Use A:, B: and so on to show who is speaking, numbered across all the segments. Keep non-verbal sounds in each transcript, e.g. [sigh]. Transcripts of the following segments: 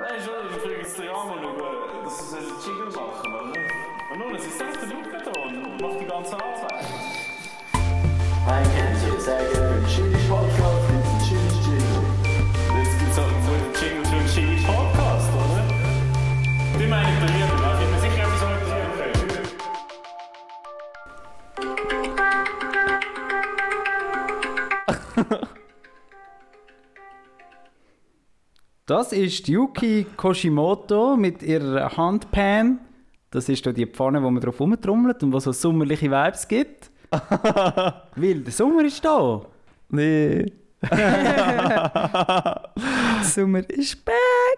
A: Nein, schon, ich bringe es dir an und schaue, dass es einen Jingle machen oder? Und nun, es ist selbst der Luke da und macht die ganze Arbeit.
B: Ein Kännchen, sehr gerne für den Chili-Podcast, gibt es einen Chili-Jingle.
A: Jetzt gibt es halt so einen Jingle für einen Jingle Podcast, oder? Die meine ich bei mir, da bin mir sicher, dass ich so etwas anfange.
C: Das ist Yuki Koshimoto mit ihrer Handpan. Das ist da die Pfanne, wo man drauf rumtrommelt und wo so sommerliche Vibes
D: [laughs]
C: gibt. Weil der Sommer ist da. [laughs]
D: Nee. Sommer ist back.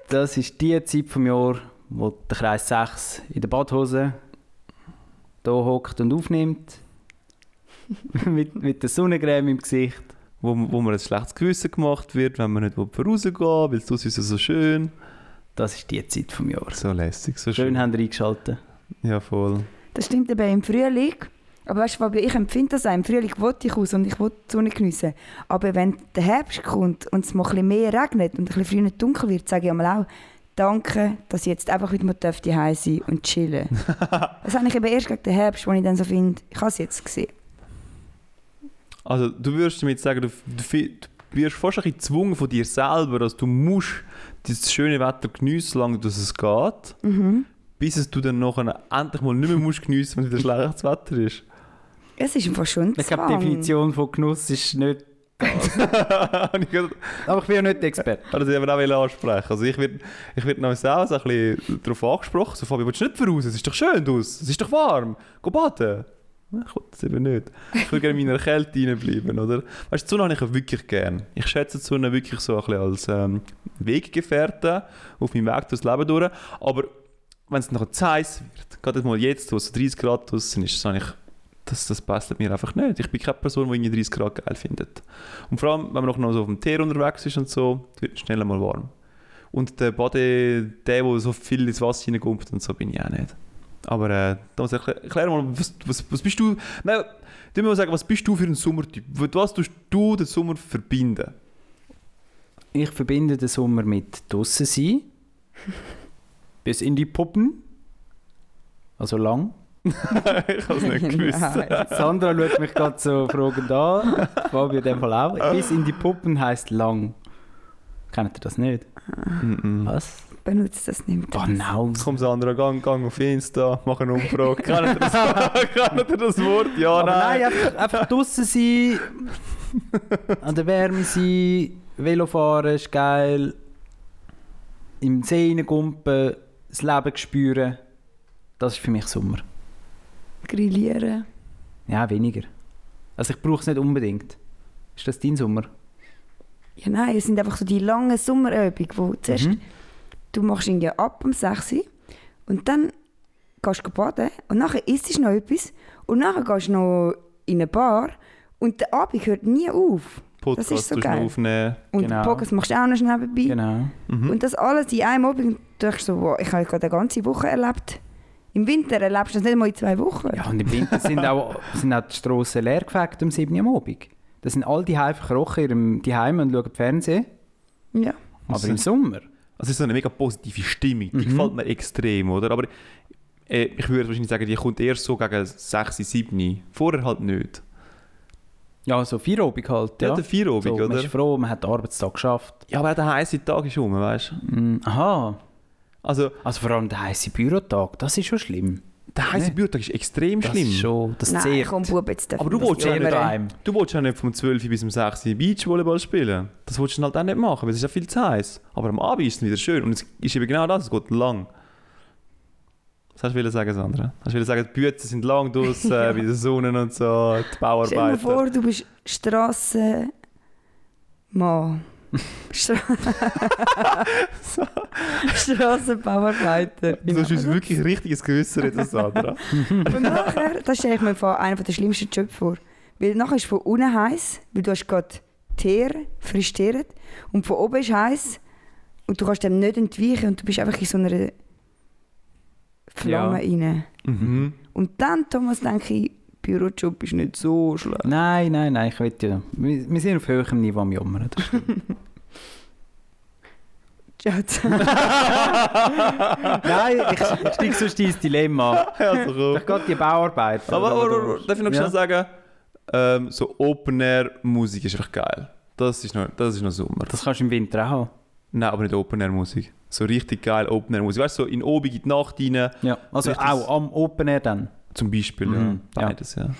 C: Das ist die Zeit vom Jahr, wo der Kreis 6 in der Badhose hier hockt und aufnimmt. [laughs] mit, mit der Sonnencreme im Gesicht.
D: Wo, wo man ein schlechtes Gewissen gemacht wird, wenn man nicht rausgehen will, weil es draussen ist ja so schön.
C: Das ist die Zeit vom Jahr.
D: So lässig, so schön.
C: Schön haben ihr eingeschaltet.
D: Ja, voll.
E: Das stimmt eben im Frühling. Aber weißt du, Fabio, ich empfinde das auch. Im Frühling wollte ich raus und ich will die Sonne geniessen. Aber wenn der Herbst kommt und es mal ein bisschen mehr regnet und ein bisschen früher dunkel wird, sage ich einmal auch, danke, dass ich jetzt einfach wieder mal dürfte heim sein
C: [laughs]
E: und chillen. das habe ich eben erst gegen den Herbst, wo ich dann so finde, ich habe es jetzt gesehen.
D: Also du würdest damit sagen, du, du, fi- du wirst fast ein bisschen gezwungen von dir selber, dass du musst das schöne Wetter geniessen, solange dass es geht, bis es du dann nachher endlich mal nicht mehr musst geniessen, wenn wieder schlechtes Wetter [laughs] ist.
E: Es ist einfach schon ein
C: Ich glaube, die
E: Zwang.
C: Definition von Genuss ist nicht.
D: Und ich gerade-
C: Aber ich bin ja nicht der Experte.
D: Ah, Das wollte ich aber auch will ansprechen. Also ich werde ich werd noch selber so ein bisschen darauf angesprochen. So, Fabi, willst du nicht voraus? Es ist doch schön draus. Es ist doch warm. Geh baden. Ja, Ich will das eben nicht. Ich will gerne in meiner Kälte reinbleiben, oder? Weißt du, die Sonne habe ich ja wirklich gern. Ich schätze die Sonne wirklich so ein bisschen als ähm, Weggefährte auf meinem Weg durchs Leben durch. Aber wenn es nachher zu heiß wird, gerade jetzt mal jetzt, wo es so 30 Grad draußen ist, so habe ich, das, das passt mir einfach nicht. Ich bin keine Person, die irgendwie 30 Grad geil findet. Und vor allem, wenn man noch so auf dem Teer unterwegs ist und so, wird es schnell mal warm. Und der Bade, der, der so viel ins Wasser hineinkommt und so, bin ich auch nicht. Aber äh, da muss ich erklä- erklär mal, was, was, was bist du... Nein, du musst sagen, was bist du für ein Sommertyp? Mit was tust du den Sommer verbinden?
C: Ich verbinde den Sommer mit draussen [laughs] sein. Bis in die Puppen. Also lang.
D: ich habe es nicht gewusst.
E: [laughs] Nein.
C: [laughs] Sandra schaut mich gerade so fragend an. Fabio in dem Fall auch. Bis in die Puppen heisst lang. Kennt ihr das nicht?
D: Mm-mm.
C: Was?
E: Benutzt das nicht.
C: Oh, genau.
D: Komm Sandra, gang, gang auf Insta, mach eine [laughs] Umfrage. Kennt ihr das, kennt ihr das Wort? Ja,
C: Aber
D: nein.
C: nein, einfach, einfach draussen sein. an der Wärme sein. Velofahren ist geil. Im See reingumpen. Das Leben spüren. Das ist für mich Sommer.
E: Grillieren.
C: Ja, weniger. Also ich brauche es nicht unbedingt. Ist das dein Sommer?
E: Ja, nein, es sind einfach so die langen Sommerübungen, wo zuerst
C: Mhm.
E: du machst ihn ja ab um 6 Uhr und dann gehst du baden und nachher isst du noch etwas und nachher gehst du noch in eine Bar und der Abend hört nie auf.
D: Podcast
E: Das ist so
D: tust du
E: geil.
D: aufnehmen.
E: Und
C: Genau.
E: genau. Podcast machst du auch noch schnell nebenbei.
C: Genau.
D: Mhm.
E: Und das alles in einem Abend und du denkst so, wow, ich habe gerade eine ganze Woche erlebt. Im Winter erlebst du das nicht mal in zwei Wochen.
C: Ja, und im Winter sind auch, sind auch die Strassen leer gefegt um 7 Uhr am Abend. Da sind all die Heim verkrochen in ihrem Daheim und schauen Fernsehen.
E: Ja.
C: Aber
D: Also-
C: im Sommer?
D: Also es ist so eine mega positive Stimmung, die gefällt mir extrem, oder? Aber äh, ich würde wahrscheinlich sagen, die kommt erst so gegen 6, 7. Vorher halt nicht.
C: Ja, so Feierabend halt.
D: Ja,
C: Ja,
D: der Feierabend,
C: so, man
D: oder?
C: ist froh, man hat den Arbeitstag geschafft.
D: Ja, aber auch der heiße Tag ist rum, weißt du?
C: Mhm. Aha.
D: Also
C: Also vor allem der heiße Bürotag, das ist schon schlimm.
D: der heiße
C: Nee.
D: Bürotag ne? ist extrem
C: Das
D: schlimm.
C: ist schon, das
E: Nein,
C: zehrt.
E: komm, Bub, jetzt darf
D: Aber du willst ja
C: Zehrt
D: nicht
C: einem.
D: Du willst ja nicht vom 12 Uhr bis zum 6 Uhr Beachvolleyball spielen. Das willst du halt auch nicht machen, weil es ist ja viel zu heiß. Aber am Abend ist es wieder schön und es ist eben genau das, es geht lang. Was hast du wollen sagen, Sandra? Hast du wollen sagen, die Bütze sind lang [laughs] draussen, bei der Sonne und so, die
E: Stell dir
D: Bauarbeiten.
E: vor, du bist Strassenmann. Stra [laughs] Strassenbauarbeiter.
D: Du hast uns wirklich richtiges Gewissen reden, Sandra.
E: Und nachher, das stelle ich mir vor, einer der schlimmsten Jobs vor. Weil nachher ist von unten heiß, weil du hast gerade Teer, frisch teert, und von oben ist heiß und du kannst dem nicht entweichen und du bist einfach in so einer Flamme rein.
D: mhm.
E: Und dann, Thomas, denke ich, Bürojob ist nicht so schlecht.
C: Nein, nein, nein,
D: [laughs]
C: ich will ja. Wir, wir sind auf höherem Niveau am Jammern. das stimmt.
E: Ciao zusammen.
C: Nein, [laughs] ich, ich steige sonst in dein Dilemma.
D: Also komm.
C: Ich gehe die Bauarbeiten.
D: Aber, aber, aber darf ich noch
C: Ja.
D: schnell sagen, ähm, so Open-Air-Musik ist einfach geil. Das ist noch, das ist noch Sommer.
C: Das kannst du im Winter auch haben.
D: Nein, aber nicht Open-Air-Musik. So richtig geil Open-Air-Musik. Weißt du, so in den Abend, in die Nacht rein,
C: Ja, also
D: Richtig.
C: auch am Open Air dann.
D: zum Beispiel.
C: Mhm,
D: ja.
C: ja.
D: Beides, ja. Gut,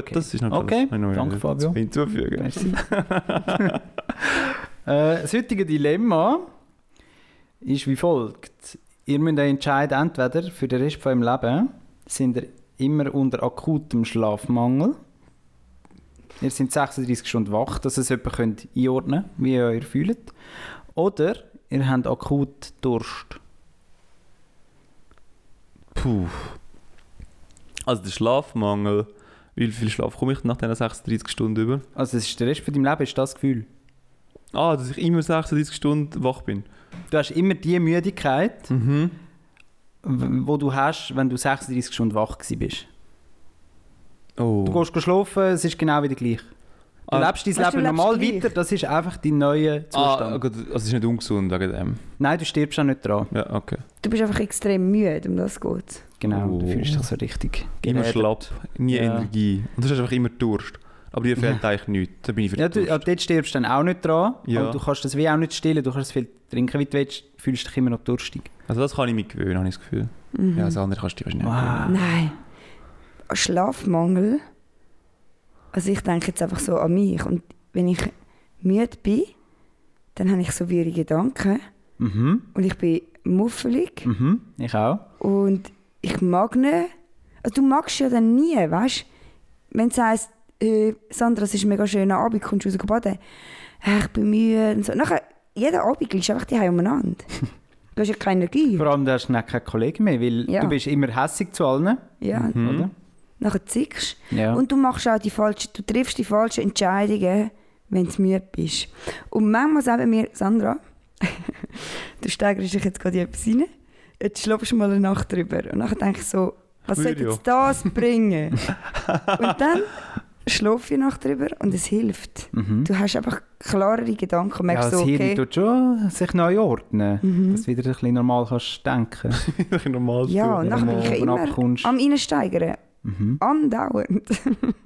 C: Okay.
D: das ist noch
C: Okay,
D: das habe ich noch
C: danke, Fabio.
D: Hinzufügen.
C: Merci. äh, das heutige Dilemma ist wie folgt. Ihr müsst euch entscheiden, entweder für den Rest von eurem Leben sind ihr immer unter akutem Schlafmangel. Ihr seid 36 Stunden wach, dass ihr es jemand könnt einordnen könnt, wie ihr euch fühlt. Oder ihr habt akut Durst.
D: Puh. Also der Schlafmangel. Wie viel Schlaf komme ich nach diesen 36 Stunden über?
C: Also es ist der Rest von deinem Leben ist das Gefühl.
D: Ah, dass ich immer 36 Stunden wach bin.
C: Du hast immer die Müdigkeit,
D: Mhm.
C: w- wo du hast, wenn du 36 Stunden wach gewesen bist.
D: Oh.
C: Du gehst schlafen, es ist genau wieder gleich. Du
D: Ah,
C: lebst dein
E: Weißt du,
C: Leben
E: du lebst
C: normal
E: gleich.
C: weiter, das ist einfach dein neuer Zustand.
D: Ah, gut, also es ist nicht ungesund wegen dem.
C: Nein, du stirbst auch nicht dran.
D: Ja, okay.
E: Du bist einfach extrem müde, um das geht
C: Genau,
D: Oh.
C: du fühlst dich so richtig
D: Immer
C: gerädert.
D: schlapp, nie
C: Ja.
D: Energie. Und du hast einfach immer Durst. Aber dir fehlt eigentlich nichts. Da bin ich für
C: Ja, du,
D: Durst.
C: ab dort stirbst du dann auch nicht dran,
D: Ja.
C: aber du kannst das wie auch nicht stillen, du kannst viel trinken, wie du willst, fühlst dich immer noch durstig.
D: Also das kann ich mich gewöhnen, habe ich das Gefühl.
E: Mhm.
D: Ja, also- das andere kannst du dir wahrscheinlich
C: Wow.
D: nicht
E: Nein. Schlafmangel. Also ich denke jetzt einfach so an mich. Und wenn ich müde bin, dann habe ich so wirre Gedanken.
C: Mhm,
E: Und ich bin muffelig.
C: mhm, ich auch.
E: Und ich mag nicht. Also du magst ja dann nie, weißt du? Wenn es heisst, äh, Sandra, es ist ein mega schöner Abend, kommst du raus baden? Äh, ich bin müde und so. Nachher, jeden Abend liegst du einfach
D: [laughs]
E: die umeinander. du hast ja keine Energie.
C: Vor allem, du hast dann keine Kollegen mehr, weil
E: Ja.
C: du bist immer hässig zu allen,
E: Ja,
D: Mhm.
C: oder?
E: nachher zickst
C: Ja.
E: Und du machst auch die falschen, du triffst die falschen Entscheidungen, wenn du müde bist. Und manchmal sagen wir, Sandra, [laughs] du steigerst dich jetzt gerade in etwas rein, jetzt schlafst du mal eine Nacht drüber. Und dann denke ich so, was soll
D: Würde ja.
E: jetzt das bringen? und dann schlafe ich eine Nacht drüber und es hilft.
C: mhm.
E: Du hast einfach klarere Gedanken,
C: ja,
E: merkst
C: das
E: so,
C: Hirn
E: okay,
C: tut schon sich neu ordnen,
E: Mhm.
C: dass du wieder ein bisschen normal kannst denken.
D: [laughs] gewöhnt. normal zu
E: Ja,
D: tun.
E: und nachher bin
C: Normal
E: ich immer
C: runterkommst.
E: am Reinsteigern,
C: Mhm.
E: andauernd. [laughs]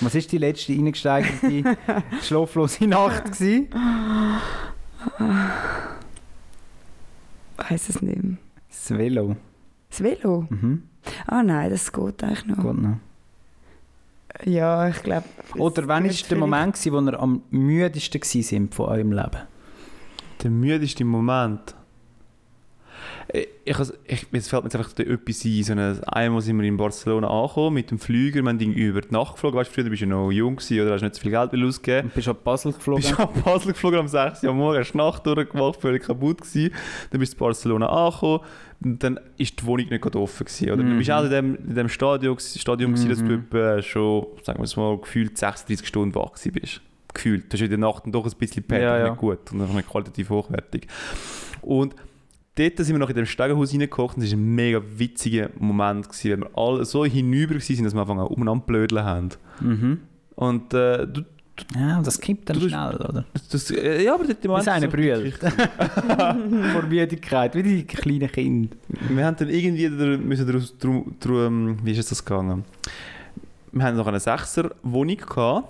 C: Was war die letzte reingesteigerte schlaflose Nacht? Gewesen?
E: Weiß es nicht mehr.
C: Das Velo.
E: Das Velo?
C: Mhm.
E: Ah nein, das geht eigentlich noch.
C: Gut noch.
E: Ja, ich glaube.
C: Oder wann war der Moment, gewesen, wo ihr am müdesten sind von eurem Leben?
D: Der müdeste Moment. Ich, ich, has- ich, jetzt fällt mir jetzt einfach da etwas ein. So eine, einmal sind wir in Barcelona angekommen mit dem Flüger, wir haben irgendwie über die Nacht geflogen. Weißt du, früher bist du noch jung gewesen, oder hast nicht so viel Geld ausgegeben.
C: Und bist du an Basel geflogen?
D: Bist nach Basel geflogen am 6. Uhr am Morgen, hast die Nacht durchgemacht, völlig kaputt gewesen. Dann bist du in Barcelona angekommen und dann ist die Wohnung nicht gerade offen gewesen. Oder? Du bist
C: Mhm.
D: auch in dem, in dem Stadion, gewesen- Stadion gewesen, dass du
C: Mhm.
D: etwa schon, sagen wir es mal, gefühlt 36 Stunden wach gewesen bist. Gefühlt. Du hast in der Nacht dann doch ein bisschen gepennt,
C: Ja,
D: aber
C: ja.
D: nicht gut und auch nicht qualitativ hochwertig. Und dort sind wir noch in dem Stegenhaus reingekocht und es war ein mega witziger Moment, gewesen, weil wir alle so hinüber waren, dass wir anfangen umeinander blödeln haben.
C: Mhm.
D: Und äh, du,
C: Ja, und das kippt dann
D: Du bist-
C: schnell, oder?
D: das, das, äh, ja, aber dort im
C: Bis
D: Moment-
C: einer brüllt. [laughs] Vor Müdigkeit, wie die kleinen Kinder.
D: Wir haben dann irgendwie dr- müssen daraus, drum, drum, wie ist jetzt das gegangen? Wir haben noch eine Sechser-Wohnung gehabt,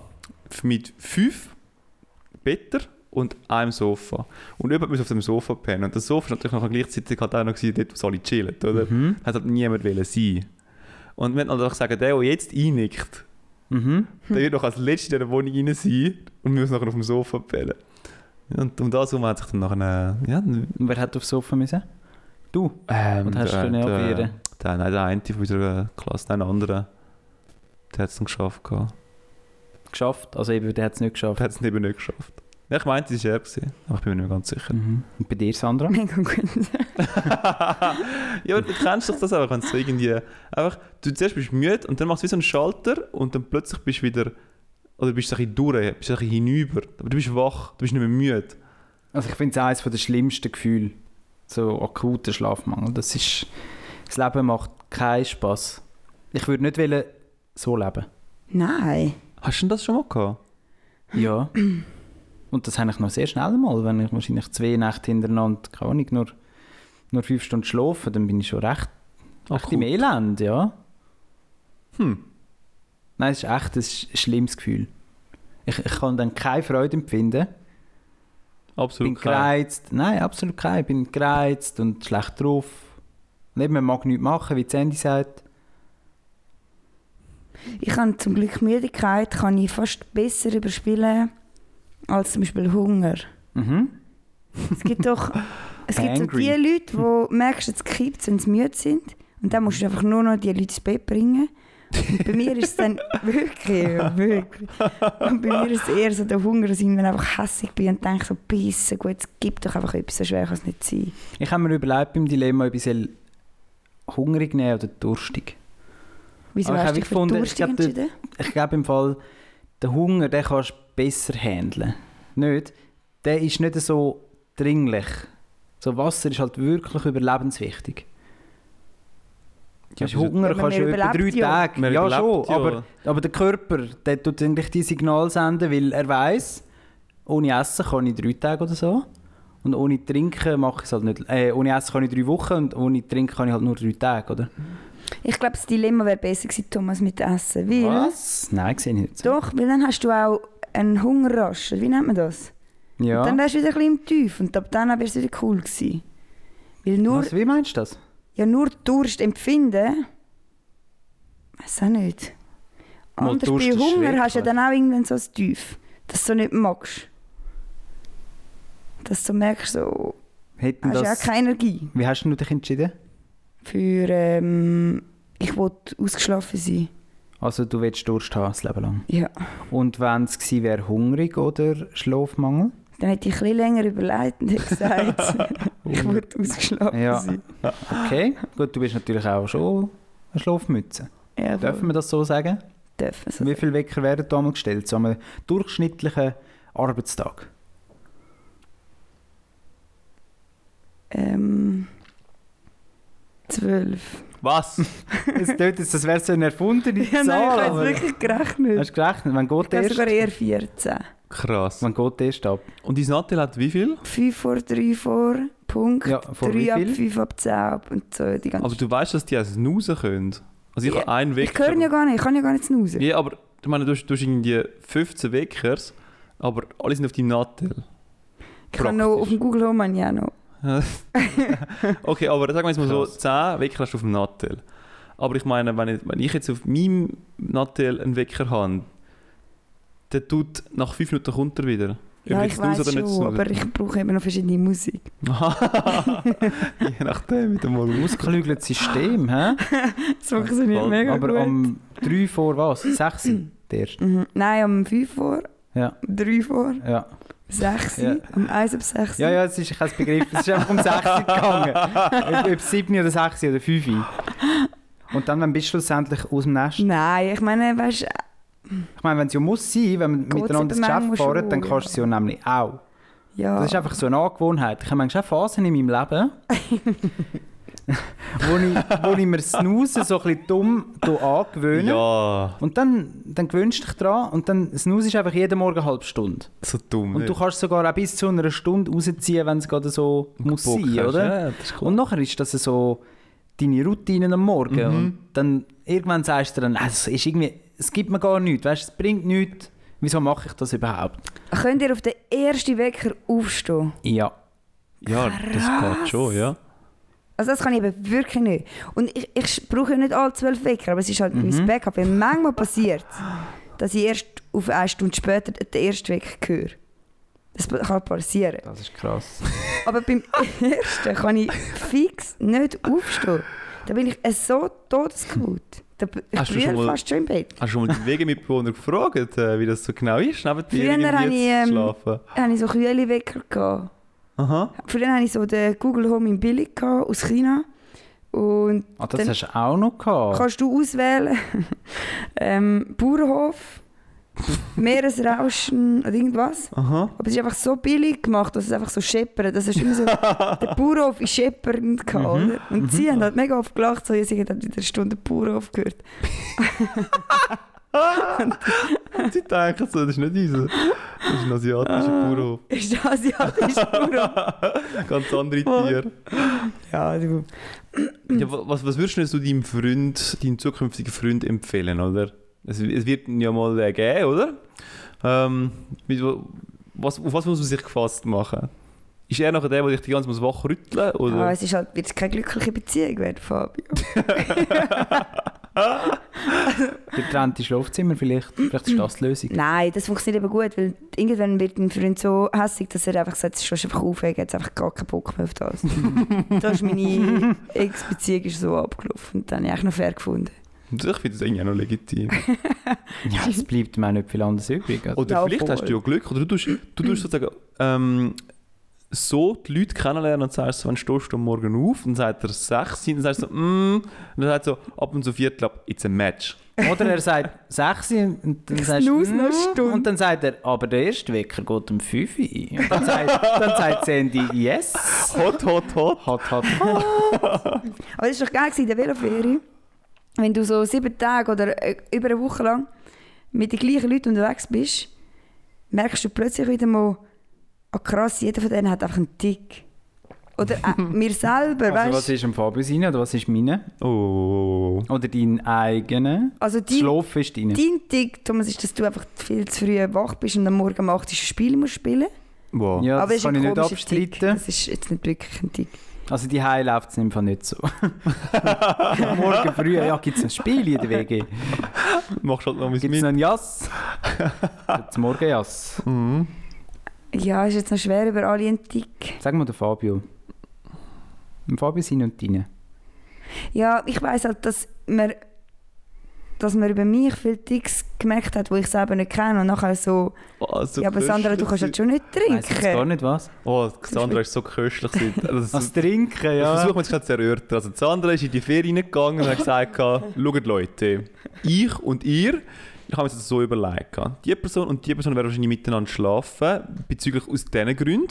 D: f- mit fünf Betten und einem Sofa. Und jemand muss auf dem Sofa pennen. Und das Sofa war natürlich noch gleichzeitig halt auch noch gewesen, dort, wo alle chillen, oder?
C: Mhm.
D: Hat halt niemand wollen sein. Und wir haben dann einfach gesagt, der, der jetzt einnickt,
C: Mhm.
D: der wird noch als Letzter in der Wohnung rein sein und muss nachher auf dem Sofa pennen. Und um das herum hat sich dann nachher... Ja,
C: Und wer hat aufs Sofa müssen? Du.
D: ähm,
C: Und hast du
D: der-
C: können
D: der-
C: abwehren?
D: Der, nein, der eine von unserer Klasse, nein, der andere, der hat es dann geschafft. gehabt.
C: Geschafft. Also eben, der hat es nicht geschafft.
D: Der hat es eben nicht geschafft. Ja, ich meinte, es war er, gewesen, aber ich bin mir nicht mehr ganz sicher. [laughs]
C: Mhm. Und bei dir, Sandra?
E: [laughs] Mega gut.
D: ja, aber du kennst doch das einfach, wenn es so irgendwie einfach, du zuerst bist müde und dann machst du wie so einen Schalter und dann plötzlich bist du wieder, oder bist du ein bisschen durch, bist du ein bisschen hinüber, aber du bist wach, du bist nicht mehr müde.
C: Also ich finde es eines der schlimmsten Gefühle, so akuter Schlafmangel. Das ist, das Leben macht keinen Spass. Ich würde nicht wollen, so leben.
E: Nein.
D: Hast du denn das schon mal gehabt?
C: Ja. Und das habe ich noch sehr schnell mal, wenn ich wahrscheinlich zwei Nächte hintereinander, keine Ahnung, nur, nur fünf Stunden schlafe, dann bin ich schon recht, recht im Elend, ja. Hm. Nein, es ist echt es ist ein schlimmes Gefühl. Ich, ich kann dann keine Freude empfinden. bin
D: Absolut kein.
C: gereizt. Nein, absolut kein. Ich bin gereizt und schlecht drauf. Und eben, man mag nichts machen, wie Sandy sagt.
E: Ich kann zum Glück Müdigkeit kann ich fast besser überspielen als zum Beispiel Hunger.
C: Mhm.
E: Es gibt
C: [laughs]
E: doch es gibt so
C: Angry.
E: die Leute, wo merkst, jetzt kippt wenn sie müde sind. Und dann musst du einfach nur noch die Leute ins Bett bringen. Und bei mir ist
C: [laughs]
E: es dann wirklich, wirklich. Und bei mir ist es eher so der Hunger, dass ich dann einfach hässig bin und denke so, bissen, gut, es gibt doch einfach etwas, so schwer kann es nicht sein.
C: Ich habe mir überlegt beim Dilemma, ob ich soll hungrig nehmen oder durstig.
E: Wieso
C: Aber ich
E: hast
C: habe
E: du dich für
C: gefunden, ich
E: durstig
C: glaube, der-
E: entschieden?
C: Ich glaube im Fall, den Hunger den kannst du besser handeln. Nicht? Der ist nicht so dringlich. So Wasser ist halt wirklich überlebenswichtig.
D: Ja,
C: Weißt,
D: aber
C: Hunger
E: Ja, man
C: kannst du etwa drei
E: überlebt ja.
C: Tage.
D: Man
C: ja,
D: überlebt
C: schon.
D: ja.
C: Aber, aber der Körper der tut eigentlich die Signal senden, weil er weiß, ohne Essen kann ich drei Tage oder so. Und ohne Trinken mache ich es halt nicht. Äh, ohne Essen kann ich drei Wochen und ohne Trinken kann ich halt nur drei Tage, oder?
E: Ich glaube, das Dilemma wäre besser gewesen, Thomas, mit Essen. Weil,
C: Nein, sehe ich nicht.
E: Doch, weil dann hast du auch einen Hungerrasch. Wie nennt man das?
C: Ja.
E: Und dann wärst du wieder ein bisschen im Tief und ab dann wäre es wieder cool gewesen. Weil nur,
C: Was, wie meinst du das?
E: ja, nur Durst empfinden, weiß auch nicht.
D: Mal,
E: Anders
D: Durst
E: bei
D: ist
E: Hunger hast du ja
D: schrecklich.
E: dann auch irgendwann so ein Tief, dass du so nicht magst. Dass du merkst, so,
C: Hätten
E: hast ja auch
C: das,
E: keine Energie.
C: wie hast du dich entschieden?
E: Für, ähm, ich will ausgeschlafen sein.
C: Also du willst Durst haben, das Leben lang.
E: Ja.
C: Und wenn es gewesen wäre, hungrig oder Schlafmangel?
E: Dann hätte ich ein bisschen länger überlegt und hätte gesagt, [laughs] ich will ausgeschlafen
C: Ja.
E: sein.
C: Okay, gut, du bist natürlich auch schon eine Schlafmütze.
E: Ja,
C: Dürfen wir das so sagen?
E: dürfen also, so
C: Wie viele Wecker werden da mal gestellt, so einem durchschnittlichen
E: [laughs]
C: Arbeitstag?
E: Ähm. Zwölf.
D: Was?
C: Es tönt jetzt, das wäre so eine erfundene Zahl.
E: Ja, nein, ich habe
C: aber-
E: es wirklich gerechnet.
C: Hast du gerechnet? Wann
E: Ich
C: geht der
E: habe sogar
C: erst?
E: eher 14.
D: Krass.
C: Wann geht der erst ab?
D: Und dein Nattel hat wie viel?
E: 5 vor, 3 vor, Punkt.
C: Ja, vor
E: 3
C: wie
E: ab,
C: viel? [laughs]
E: 5 ab, 10 ab und so. Die ganze
D: Aber Also du weißt, dass die es snoozen können. Also ich
E: Ja,
D: habe einen Wecker.
E: ich höre ihn ja gar nicht, ich kann ja gar nicht snoozen.
D: Ja, aber ich meine, du hast, du hast irgendwie 15 Weckers, aber alle sind auf deinem Nattel.
E: ich kann noch
D: praktisch.
E: auf dem Google Home habe ich auch noch.
D: Okay, aber sagen wir jetzt mal so,
C: Krass.
D: 10 Wecker hast du auf dem Nattel. Aber ich meine, wenn ich, wenn ich jetzt auf meinem Nattel einen Wecker habe, der tut nach 5 Minuten kommt er wieder.
E: Ja,
D: Ob
E: ich
D: jetzt snooze
E: weiß schon,
D: snooze.
E: aber ich brauche eben noch verschiedene Musik. [laughs]
D: [laughs] Je nachdem, wie du mal rausgehst.
C: Ausgeklügeltes System, hä?
E: Das funktioniert
D: voll.
E: mega
C: Aber
E: gut.
C: um 3 vor
E: [clears throat]
C: was? 6 der erste?
E: mhm. Nein, um 5 vor,
C: Ja,
E: 3 vor,
C: ja.
E: 6,
C: Ja.
E: um 1 ab 6.
C: Ja, ja, es ist kein Begriff. Es ist einfach um 6 Uhr gegangen. Ob- Ob 7 oder 6 oder 5 Uhr. Und dann, wenn bist du schlussendlich aus dem Nest?
E: Nein, ich meine, weißt du,
C: Ich meine, wenn es ja muss sein, wenn man
E: Geht's
C: miteinander ins
E: eben
C: Geschäft
E: manchmal
C: fahren, dann
E: schon,
C: kannst du es ja nämlich auch.
E: ja.
C: Das ist einfach so eine Angewohnheit. Ich habe manchmal auch Phasen in meinem
E: [laughs]
C: Leben, wo, ich, wo ich mir das Snoozen so ein bisschen dumm do angewöhne.
D: Ja,
C: Und dann, dann gewöhnst du dich dran und dann Snooze ist einfach jeden Morgen eine halbe Stunde.
D: so dumm. ne?
C: Und du
D: nicht?
C: kannst sogar auch bis zu einer Stunde rausziehen, wenn es gerade so muss
D: Bock
C: sein,
D: hast.
C: oder?
D: Ja, das ist cool.
C: Und nachher ist das so deine Routine am Morgen.
D: Mhm.
C: Und dann irgendwann sagst du dann, «Ah, es ist irgendwie, es gibt mir gar nichts, weißt, es bringt nichts. Wieso mache ich das überhaupt?
E: Könnt ihr auf den ersten Wecker aufstehen?
C: Ja.
D: ja, das geht schon, ja.
E: Also das kann ich eben wirklich nicht. Und ich, ich brauche ja nicht alle zwölf Wecker, aber es ist halt
C: Mhm.
E: mein Backup. Weil manchmal passiert dass ich erst auf eine Stunde später den ersten Wecker höre. Das kann passieren.
C: Das ist krass.
E: Aber beim [laughs] ersten kann ich fix nicht aufstehen. Da bin ich so todesgut. Da, b- ich
D: Hast du schon
E: brülle
D: mal-
E: fast schon im Bett.
D: Hast du schon mal die Wegemitbewohner gefragt, äh, wie das so genau ist, neben dir
E: Früher
D: irgendwie
E: habe
D: jetzt
E: ich, ähm,
D: zu schlafen?
E: Da habe ich so kühle Wecker gehabt.
D: Aha.
E: Früher hatte ich so den Google Home in billig gehabt, aus China. Und
C: Ah, das
E: Dann-
C: hast du auch noch gehabt.
E: kannst du auswählen, [laughs] ähm, [laughs] Bauernhof, Meeresrauschen oder irgendwas.
D: Aha.
E: Aber es ist einfach so billig gemacht, dass es einfach so scheppert. Das ist immer so, [laughs] der Bauernhof ist scheppernd gehabt, oder? Und sie haben halt mega oft gelacht, so, sie haben halt wieder eine Stunde Bauernhof gehört.
D: Und sie denken so, das ist nicht unser. Das ist ein asiatischer Bauernhof.
E: [laughs] Ist das asiatisch
D: Ah.
E: pur?
D: [laughs] Ganz andere Tiere.
E: ja, du.
D: Ja, wa- was, was würdest du denn so deinem Freund, deinem zukünftigen Freund empfehlen, oder? Es, es wird ihn ja mal äh, geben, oder? Ähm, mit, wa- was, auf was muss man sich gefasst machen? Ist er nachher der, der dich die ganze Zeit wachrütteln muss?
E: Aber
D: Oder?
E: es ist halt wird es keine glückliche Beziehung werden, Fabio.
C: Getrennte Schlafzimmer vielleicht. Vielleicht ist das die Lösung.
E: [laughs] Nein, das funktioniert eben gut, weil irgendwann wird ein Freund so hässig, dass er einfach sagt, es ist schon einfach aufhängen, jetzt einfach gar keinen Bock mehr auf das. das ist meine Ex-Beziehung ist so abgelaufen und dann habe ich eigentlich noch fair gefunden.
D: Ich finde das eigentlich auch noch legitim.
C: Ja, es bleibt mir auch nicht viel anderes übrig. Also.
D: Oder
E: Ja,
D: vielleicht
E: voll.
D: hast du ja Glück, oder du tust, du tust sozusagen ähm, so die Leute kennenlernen und sagst, so, wann stehst du am morgen auf? Und dann sagt er sechs, und dann sagst du so, mm, und dann sagt er so, ab und zu viertel ab, it's a match.
C: Oder er sagt 6 und dann sagst du
E: snooze noch eine
C: «Mm»,
E: Stunde.
C: Und dann sagt er, aber der erste Wecker geht um 5 Uhr ein. Und dann sagt, dann sagt Sandy yes.
D: Hot, hot, hot.
C: Hat, hat, hat.
E: Aber es war doch geil gewesen in der Veloferie, wenn du so sieben Tage oder äh, über eine Woche lang mit den gleichen Leuten unterwegs bist, merkst du plötzlich wieder mal, oh krass, jeder von denen hat einfach einen Tick. Oder äh, mir selber,
C: Also was
E: weißt du?
C: ist am Fabio sein oder was ist meine?
D: Oh, oh, oh, oh.
C: Oder dein eigene?
E: Also
C: Das
E: die,
C: Schlafen ist deine.
E: Dein Tick, Thomas, ist, dass du einfach viel zu früh wach bist und am Morgen um 8 Uhr ein Spiel musst spielen.
D: Wow.
C: Ja,
E: Aber
C: das
E: es ist
C: kann ich
E: ein
C: nicht
E: komischer Tick.
C: abstreiten.
E: Das ist jetzt nicht wirklich ein Tick.
C: Also die High läuft es im Fall nicht so.
E: [laughs]
C: Morgen früh, ja, gibt es ein Spiel in der WG.
D: [laughs] Machst halt noch was
C: Gibt es
D: mit.
C: noch ein Jass? Gibt's morgen Jass?
E: Hm. Ja, ist jetzt noch schwer über alle ein Tick.
C: Sag mal den Fabio. Dem Fabio sein und deine.
E: Ja, ich weiss halt, dass man, dass man über mich viele Ticks gemerkt hat, die ich selber nicht kenne. Und nachher so,
D: Oh, so
E: ja, aber Sandra, du kannst
D: köstlich.
E: halt schon nicht
C: Weiss jetzt gar
E: trinken.
C: nicht was.
D: Oh, Sandra ist so köstlich.
E: [laughs]
D: gewesen. Also,
C: Das
D: das
C: Trinken,
D: Ich
C: ja.
D: versuche mir jetzt gerade zu erörtern. Also, die Sandra ist in die Ferien gegangen und hat gesagt: [laughs] Schaut Leute, ich und ihr, ich habe mir das so überlegt. gehabt. Die Person und die Person werden wahrscheinlich miteinander schlafen, bezüglich aus diesen Gründen.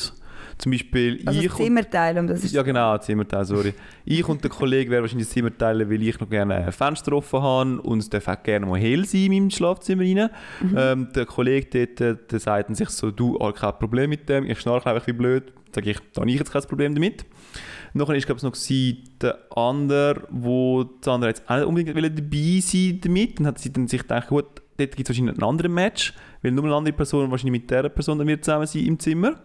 D: Zum Beispiel
E: Also
D: ich
E: das Zimmerteil, um das
D: und.
E: ist
D: Ja, genau, Zimmerteil, sorry. ich und der Kollege werden wahrscheinlich das Zimmer teilen, weil ich noch gerne ein Fenster offen habe und es darf auch gerne mal hell sein in meinem Schlafzimmer rein.
E: Mhm.
D: Ähm, der Kollege dort, äh, der sagt dann sich so: Du, ah, kein Problem mit dem, ich schnarche einfach wie blöd. Sage ich, da habe ich jetzt kein Problem damit. Nachher war es noch gewesen, der andere, wo der andere jetzt auch nicht unbedingt wollte dabei sein damit und hat sie dann sich gedacht, gut, dort gibt es wahrscheinlich einen anderen Match, weil nur eine andere Person wahrscheinlich mit dieser Person dann wird zusammen sein im Zimmer.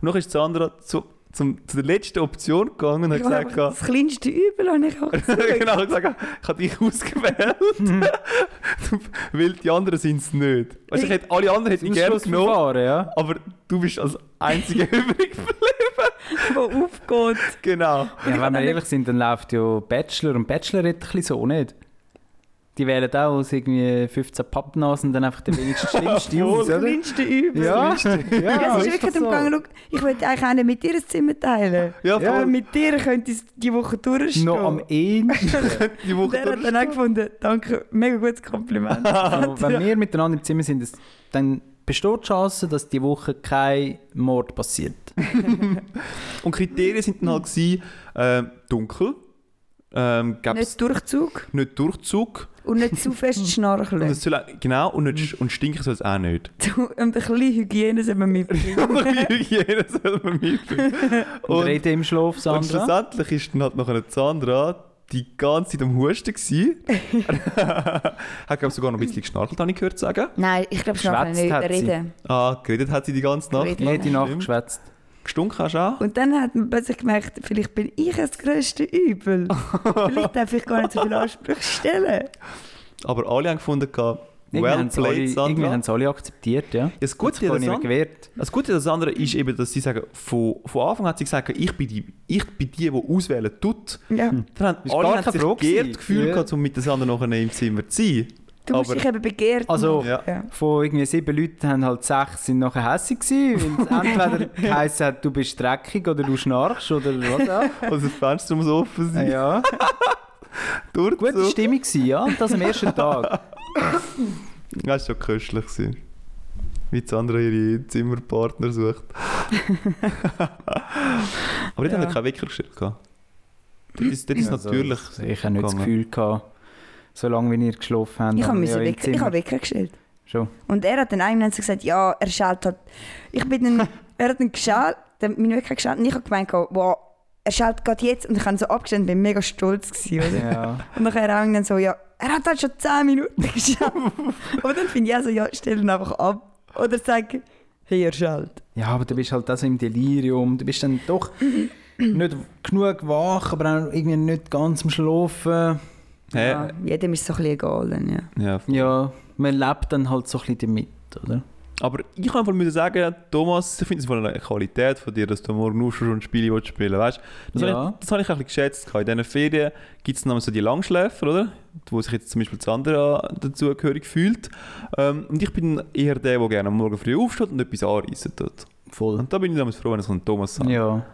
D: Und nachher ist der andere zu, zum, zu der letzten Option gegangen und hat
E: Ja,
D: gesagt,
E: aber das kleinste Übel habe ich
C: [laughs]
E: auch
D: [laughs]
E: gesagt.
D: genau, hat gesagt, ich habe dich ausgewählt, [laughs] weil die anderen sind es nicht. Weißt, du, ich hätte, alle anderen hätten
C: Im
D: mich gerne genommen,
C: Schlussverfahren, ja.
D: aber du bist als einzige [laughs] übrig geblieben.
E: Wo aufgeht.
D: Genau.
C: ja. Wenn wir ehrlich sind, dann läuft ja Bachelor und Bachelorette ein bisschen so nicht. Die wählen auch aus irgendwie 15 Pappnasen dann einfach den
D: [laughs]
C: wenigsten schlimmsten aus,
E: Das
C: oder?
E: kleinste Übel.
C: Ja, [laughs]
E: Ja,
C: ja,
E: es ist
C: ist
E: wirklich
C: doch
E: darum gegangen, schau, ich wollte eigentlich auch nicht mit dir ein Zimmer teilen.
D: Ja,
E: Aber
D: voll.
E: mit dir könnte ich die Woche durchstehen.
C: Noch am
E: [laughs]
C: ehesten.
D: die
E: Und
D: Woche
E: er hat dann auch gefunden, danke, mega gutes Kompliment.
C: Also, wenn wir miteinander im Zimmer sind, das- dann besteht die Chance, dass die Woche kein Mord passiert.
D: Und Kriterien sind dann halt gewesen, ähm, dunkel, ähm, gäbe es
E: nicht Durchzug
D: nicht Durchzug
E: und nicht zu fest
D: und
E: [laughs] schnarchen.
D: es soll auch, genau und, nicht, sch- und stinken soll es auch nicht. [laughs]
E: Und ein bisschen Hygiene soll man mitbringen.
D: Und ein bisschen Hygiene soll man mitbringen.
C: [laughs] Und,
D: Und,
C: reden im Schlaf,
D: und
C: Sandra.
D: schlussendlich ist dann halt noch eine Sandra die ganze Zeit am
C: [laughs]
D: Husten gewesen. hat glaube sogar noch ein bisschen geschnarchelt, habe ich gehört sagen.
E: Nein, ich glaube, schnarchen
C: Geschwätzt
E: nicht
C: hat sie.
E: reden.
D: Ah, geredet hat sie die ganze Nacht.
E: Geredet.
C: Jede Nacht
D: Stimmt.
C: geschwätzt.
D: Gestunken hast du auch?
E: Und dann hat man plötzlich gemerkt, vielleicht bin ich das grösste Übel. vielleicht darf ich gar nicht so viele Ansprüche stellen.
D: Aber alle haben gefunden, gehabt,
C: Irgendwie
D: well
C: haben sie alle-
D: played,
C: irgendwie
D: Sandra.
C: haben sie alle akzeptiert, ja.
D: Das Gute
C: Ich
D: an
C: habe
D: der
C: nicht mehr
D: Sandra-
C: gewehrt.
D: Das Gute an das andere ist eben, dass sie sagen, von, von Anfang hat sie gesagt, ich bin die, ich bin die, die auswählen tut.
E: Ja.
D: Dann haben
C: Ist
D: alle
C: gar
D: haben
C: keine
D: sich
C: Frage
D: geehrt
C: gewesen.
D: Gefühl
C: Ja.
D: gehabt, um mit den anderen nachher im Zimmer zu sein.
E: Du musst
D: Aber-
E: dich eben begehrt
C: Also,
E: machen. Ja.
C: Von irgendwie sieben Leuten haben halt sechs sind nachher hässig gewesen, weil
E: [laughs]
C: es entweder geheißen hat, du bist dreckig oder du schnarchst oder was auch.
E: [laughs]
D: Also das Fenster muss offen
C: Ah
D: sein.
C: Ja,
D: Durchzug.
C: gute Stimmung gewesen, ja, und das am ersten
E: [laughs]
C: Tag.
D: Das war schon köstlich. Gewesen. Wie die andere ihre Zimmerpartner sucht. Aber die
E: Ja.
D: haben ja keinen Wecker gestellt. gehabt. Das ist, das ist
C: Also,
D: natürlich.
C: Ich habe nicht das
D: gegangen.
C: Gefühl gehabt, solange wie ihr geschlafen habt.
E: Ich habe
C: haben
E: müssen
C: wir ja im
E: Wecker, ich
C: Zimmer-
E: habe Wecker gestellt.
C: Schon.
E: Und er hat dann irgendwann so gesagt, ja, er schält halt. Ich
D: [laughs]
E: bin dann, er hat dann geschält, dann meinen Wecker geschält und ich habe gemeint, wow, er schält gerade jetzt. Und ich habe ihn so abgestellt und bin mega stolz gewesen. Oder?
C: Ja.
E: Und nachher auch dann so, ja, er hat halt schon 10 Minuten [laughs] geschafft. Aber dann finde ich auch so, ja, stell ihn einfach ab. Oder sag, hey, er schält.
C: ja, aber du bist halt das im Delirium. Du bist dann doch
E: Mhm.
C: nicht genug wach, aber auch irgendwie nicht ganz am Schlafen.
D: Hä?
E: Ah, Ja, jedem ist es so ein bisschen egal. Dann, ja.
D: Ja.
C: Ja, man lebt dann halt so ein bisschen damit, oder?
D: Aber ich kann einfach müssen sagen, Thomas, ich finde es von eine Qualität von dir, dass du morgen aufstehst und Spiele willst spielen willst. Das,
C: Ja.
D: habe ich, das habe ich ein bisschen geschätzt. In diesen Ferien gibt es dann so die Langschläfer, oder? Wo sich jetzt zum Beispiel Sandra dazugehörig fühlt. Ähm, und ich bin eher der, der gerne am Morgen früh aufsteht und etwas anreissen tut.
C: Voll.
D: Und da bin ich damals froh, wenn ich so einen Thomas habe.
C: Ja,
D: Von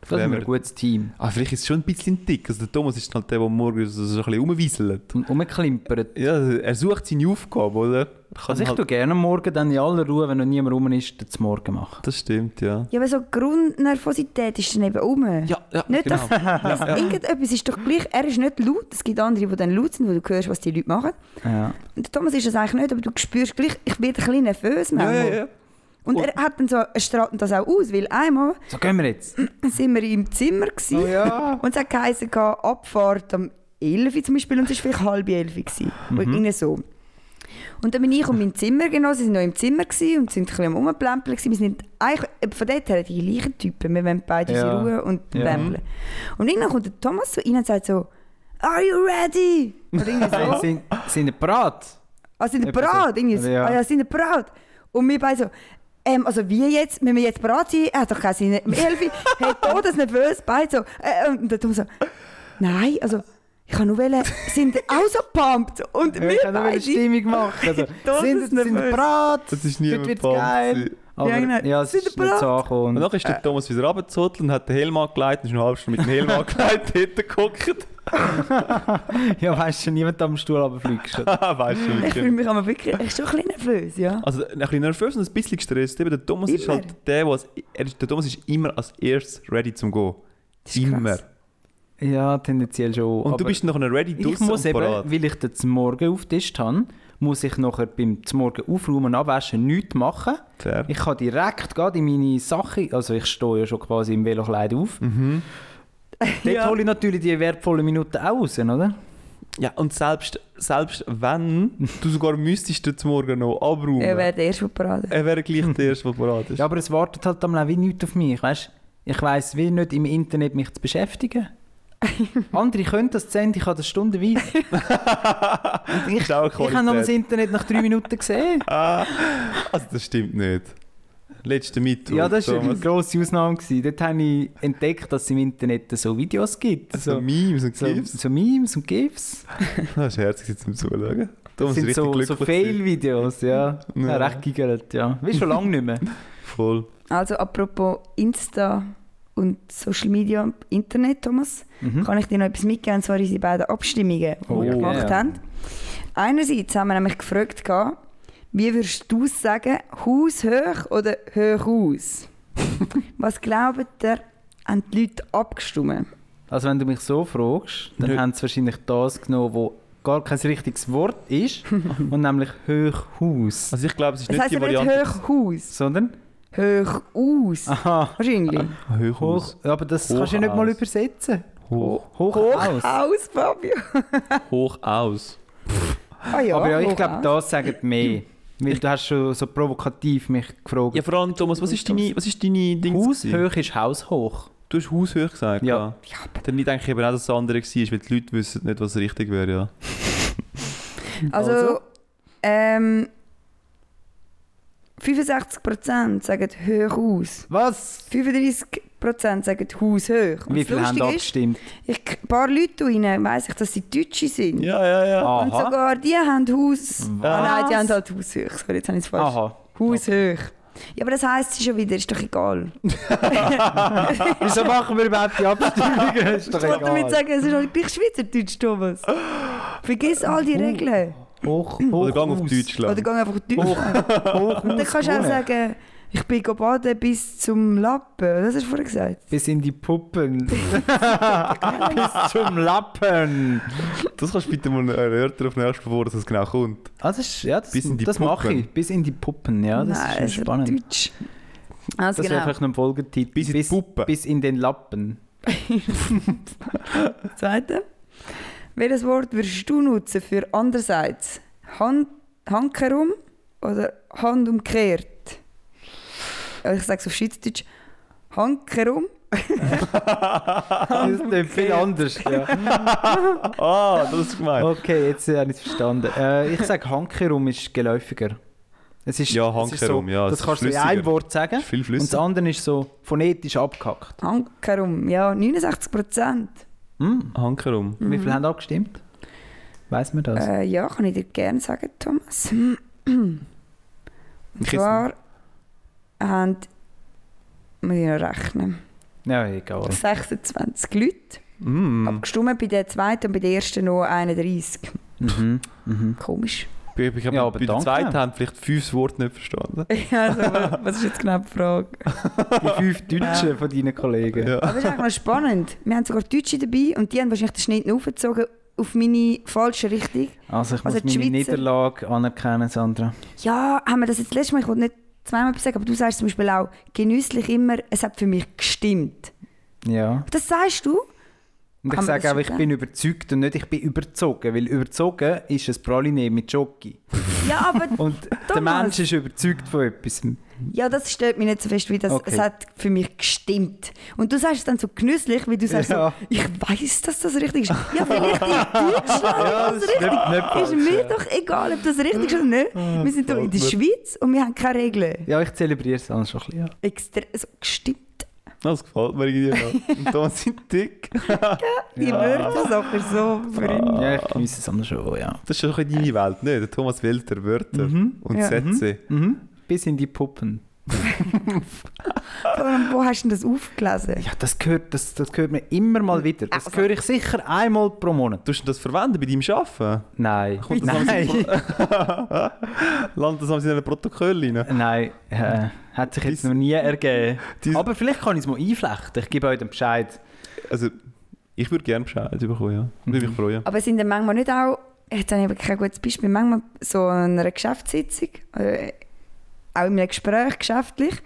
C: das ist
D: dem
C: ein
D: her-
C: gutes Team.
D: Ah, vielleicht ist es schon ein bisschen dick. Also der Thomas ist halt der, der morgen so, so ein bisschen rumwieselt.
C: Und rumklimpert.
D: Ja, er sucht seine Aufgabe, oder? Er kann
C: Also ich
D: halt-
C: tue gerne am morgen dann in aller Ruhe, wenn noch niemand rum ist, das Morgen machen.
D: das stimmt, ja.
E: ja, aber so Grundnervosität ist dann eben um.
D: Ja, ja,
E: Nicht,
D: genau.
E: [laughs] dass dass irgendetwas ist doch gleich, er ist nicht laut. Es gibt andere, die dann laut sind, wo du hörst, was die Leute machen.
C: Ja.
E: Und der Thomas ist das eigentlich nicht, aber du spürst gleich, ich werde ein bisschen nervös
D: ja,
E: manchmal.
D: ja, ja.
E: Und er hat dann so, er strahlt das auch aus, weil einmal
C: So, gehen wir jetzt.
E: sind wir im Zimmer gewesen.
C: Oh, ja.
E: [laughs] Und es hat geheißen, Abfahrt am 11 Uhr zum Beispiel und es war vielleicht halb 11 Uhr. gewesen. Oder irgendwie so. Und dann bin ich und mein Zimmer genau, sie waren noch im Zimmer gewesen und sind ein bisschen am Rumplempeln. gewesen. Wir sind eigentlich, äh, von dort her die gleichen Typen. Wir wollen beide
C: Ja.
E: unsere Ruhe und
C: Ja.
E: plempeln. Und irgendwann kommt der Thomas so rein und sagt so, «Are you ready?»
C: [laughs]
E: Oder irgendwie
C: Sind,
E: so.
C: sind, sind ihr bereit?
E: «Ah, sind ihr
C: Etwa so.
E: bereit?» Irgendwie so.
C: Ja.
E: «Ah ja, sind ihr bereit?» Und wir beide so, ähm, also wie jetzt? Müssen wir jetzt bereit sein? Er hat doch keinen Sinn. Um 11
C: [laughs]
E: Uhr, hey, todes nervös, beide so. Äh, und der Thomas so, Nein, also ich kann nur wählen, sind auch so pumped. Und wir
C: Ich kann noch eine
E: beide,
C: Stimmung machen. Also,
E: [laughs] Das
C: sind
E: ist
C: sind ihr
E: nervös.
C: bereit?
D: Das ist
C: Heute
D: niemand
C: wird's
D: Pommes.
C: geil. Aber,
E: genau.
C: ja, es
E: Sind
C: ist
E: ihr
C: nicht
E: bereit?
C: so
D: Und
C: angekommen.
D: nachher ist der
E: Äh.
D: Thomas wieder runtergezottelt und hat den Helm angelegt und ist eine halbe Stunde mit dem Helm [laughs] angelegt dort geguckt. [laughs]
C: Ja, weißt du, niemand am Stuhl runterfliegst.
D: Ah, weißt du
E: ich fühle
D: wirklich.
E: mich aber wirklich echt schon ein bisschen nervös, ja.
D: Also ein bisschen nervös und ein bisschen gestresst. Eben, der Thomas ist
E: Immer.
D: halt der, der, als, er ist, der Thomas ist immer als erstes ready zum Gehen.
E: Das ist
D: Immer.
E: krass.
C: Ja, tendenziell schon.
D: Und
C: aber
D: du bist nachher ready,
C: ich
D: draussen
C: muss
D: und
C: eben,
D: parat.
C: weil ich den Morgen auf den Tisch habe, muss ich nachher beim Morgen aufräumen und abwaschen nichts machen.
D: Fair.
C: Ich kann direkt gerade in meine Sachen, also ich stehe ja schon quasi im Velokleid auf.
D: Mhm.
C: Dort
E: Ja.
C: hole ich natürlich die wertvollen Minuten auch raus, oder?
D: Ja, und selbst, selbst wenn du sogar müsstest dort morgen noch abräumen,
E: Er
D: er
E: wäre
D: wäre
E: der erste, der parat ist.
D: gleich der Erste, der parat ist.
C: Ja, aber es wartet halt am Leben wie nichts auf mich, weißt? Ich weiss wie nicht, im Internet mich zu beschäftigen. Andere können das sehen, ich habe das stundenweise.
D: [laughs] ich, ist auch eine
C: Ich habe noch das
D: Qualität.
C: Internet nach drei Minuten
D: [laughs]
C: gesehen.
D: ah, Also das stimmt nicht. Letzte Mittwoch,
C: Ja, das war eine
D: Thomas.
C: grosse Ausnahme. Gewesen. Dort habe ich entdeckt, dass es im Internet so Videos gibt.
D: So,
C: So,
D: Also, Memes und
C: so,
D: Clips.
C: so Memes und GIFs.
D: Das war herzig zum Zuschauen.
C: Das
D: Thomas ist
C: sind
D: richtig
C: so,
D: glücklich.
C: so Fail-Videos, ja.
D: Ja.
C: ja. Recht gegelt, ja. Wie schon lange nicht mehr.
D: [laughs] Voll.
E: Also apropos Insta und Social Media und Internet, Thomas,
C: Mhm.
E: kann ich dir noch etwas mitgeben, und zwar unsere beiden Abstimmungen, die
C: Oh,
E: wir
C: ja.
E: gemacht
C: Ja.
E: haben. Einerseits haben wir nämlich gefragt, gehabt, wie würdest du sagen, Haus hoch oder hoch aus? Was glaubt ihr, haben die Leute abgestimmt?
C: Also wenn du mich so fragst, dann
D: Nö.
C: haben sie wahrscheinlich das genommen, wo gar kein richtiges Wort ist,
D: [laughs]
C: und nämlich Höchhaus.
D: Also ich glaube, es ist
E: Das
D: nicht
E: heisst
D: die
E: ja nicht
D: Variante...
E: hoch aus,
D: [laughs]
C: Sondern?
E: hoch aus.
C: Aha.
E: Wahrscheinlich.
D: Hoch
C: Hoch,
D: aus.
C: aber das kannst du ja nicht mal
D: Ah, Hochhaus.
C: übersetzen.
D: Hoch,
C: Hochhaus.
E: Aus, Fabio.
D: hoch aus.
E: Ah ja,
C: Aber ja, ich
E: hoch
C: glaube,
E: aus.
C: das sagen mehr. Weil du hast schon so provokativ mich gefragt.
D: Ja, vor allem, Thomas, was ist deine, was ist deine Dings? gewesen?
C: Haushoch ist Haushoch.
D: Du hast Haushoch gesagt,
C: Ja.
D: ja. Dann denke ich eben auch, dass es das andere war, weil die Leute wissen nicht, was richtig wäre, ja.
E: Also,
C: Also?
E: ähm, 65% sagen hoch aus.
C: Was?
E: 35% sagen Haus hoch. Und
C: Wie
E: das
C: viele haben
E: Lustige ist,
C: abgestimmt?
E: ich, ein paar Leute rein, weiss ich, dass sie Deutsche sind.
D: Ja, ja, ja.
C: Ah.
E: Und
C: Aha.
E: sogar die haben Haus. Ah, nein, die
C: Was?
E: haben halt Haus hoch. Sorry, jetzt habe ich es falsch.
D: [laughs]
C: Aha.
E: Haus hoch. Ja, aber das heisst sie schon wieder, ist doch egal.
C: Wieso machen wir überhaupt die [laughs] Abstimmungen? ist doch
E: Ich wollte damit
C: egal.
E: sagen, es ist halt gleich Schweizerdeutsch, Thomas. Vergiss all die Regeln.
C: Hoch, hoch
D: Oder gang auf
C: aus.
D: Deutschland. [laughs]
E: Oder geh einfach Deutsch.
C: Hoch, hoch
E: Und dann kannst du auch sagen, Ich bin go baden bis zum Lappen. Das hast du vorher gesagt.
C: Bis in die
E: [laughs]
C: Puppen. Bis zum Lappen.
D: Das kannst du bitte mal erörtern auf nächstes, bevor das genau kommt.
C: Ah, das ist, ja, das,
D: Bis in die
C: das mache
D: Puppen.
C: ich. Bis in die Puppen, ja. Das
E: Nein,
C: ist
E: also
C: spannend.
E: Deutsch. Also
C: das ist
E: genau.
C: einfach ein Folgetitel.
D: Bis in die Puppen.
C: Bis in den Lappen.
E: [laughs] Zweite. Welches Wort würdest du nutzen für andererseits? Hand, Hand herum oder Hand umkehrt? Ja, Ich sage es auf Schweizerdeutsch. Hand herum. Ah,
C: Das ist viel [laughs] anders. Ja.
E: [laughs]
D: Ah, das ist gemeint.
C: Okay, jetzt äh, habe ich es verstanden. Äh, ich sage, Hankerum ist geläufiger. Es ist,
D: Ja,
C: es ist so,
D: Hankerum, ja, es
C: Das
D: ist
C: kannst du in
D: flüssiger.
C: einem Wort sagen.
D: Das ist viel
C: Und das
D: flüssiger.
C: andere ist so phonetisch abgehackt.
E: Hand herum. Ja, 69 Prozent.
C: Hm,
D: Hankerum.
C: Wie viele haben abgestimmt? Weiß man das?
E: Mhm. Äh, ja, kann ich dir gerne sagen, Thomas. [clears throat] Und
D: Ich
E: zwar haben, muss ich noch rechnen,
C: ja, egal.
E: 26 Leute
D: Mm.
E: abgestimmt, bei der zweiten und bei der ersten noch 31.
C: Mhm. Mhm.
E: [laughs] Komisch.
D: Ich, ich, ich,
C: Ja,
D: ja,
C: aber
D: bei der
C: danke.
D: zweiten haben vielleicht fünf Worte nicht verstanden.
E: [laughs] Also, wa- was ist jetzt genau die Frage?
C: Die fünf Deutschen von deinen Kollegen.
D: Ja.
E: Aber das ist eigentlich noch spannend. Wir haben sogar Deutsche dabei und die haben wahrscheinlich den Schnitt noch aufgezogen auf meine falsche Richtung.
C: Also ich
E: Also
C: muss
E: die
C: meine
E: Schweizer-
C: Niederlage anerkennen, Sandra.
E: Ja, haben wir das jetzt letztes Mal, ich wollte nicht zweimal etwas sagen, aber du sagst zum Beispiel auch genüsslich immer, es hat für mich gestimmt.
C: Ja.
E: Das sagst du?
C: Und ich
E: Kann man das
C: sage auch, ich
E: schon
C: bin überzeugt und nicht ich bin überzogen, weil überzogen ist ein Praline mit Jockey.
E: Ja, aber [laughs]
C: Und der
E: Thomas.
C: Mensch ist überzeugt von etwas.
E: Ja, das stört mich nicht so fest, wie das.
C: Okay.
E: Es hat für mich gestimmt. Und du sagst es dann so genüsslich, wie du sagst,
C: Ja.
E: so, ich weiß, dass das richtig ist. Ja, vielleicht in Deutschland
C: Ja, das
E: ist das richtig.
C: stimmt nicht
E: Ist
C: falsch,
E: mir doch egal, ob das richtig ist oder nicht. Wir sind hier in der Schweiz und wir haben keine Regeln.
C: Ja, ich zelebriere es dann schon ein bisschen. Ja.
E: Extra so gestimmt.
D: Das gefällt mir [laughs] irgendwie. noch. Und Thomas sind dick.
E: Die Wörter Sachen so verrückt.
C: Ja, ich genieße es am schon, ja.
D: Das ist schon ein bisschen deine Welt, nicht? Der Thomas wählt der Wörter und
E: Ja.
D: Sätze.
C: Mhm. Bis in die Puppen.
E: Vor allem, Wo hast du denn das aufgelesen?
C: Ja, das gehört, das, das gehört mir immer mal wieder. Das
E: Also-
C: höre ich sicher einmal pro Monat.
D: Tust du das verwenden bei deinem
E: [laughs]
D: Arbeiten?
C: Nein.
D: Kommt das
C: Nein.
D: Landet das in einem Protokoll rein?
C: Nein, äh, hat sich jetzt
D: Dies-
C: noch nie ergeben.
D: dies-
C: Aber vielleicht kann ich es mal einflechten. Ich gebe euch den Bescheid.
D: Also, ich würde gerne Bescheid bekommen, ja. Würde
E: Mhm.
D: mich freuen.
E: Aber sind dann manchmal nicht auch, jetzt habe ich aber kein gutes Beispiel, manchmal so an einer Geschäftssitzung, äh, auch in einem Gespräch geschäftlich,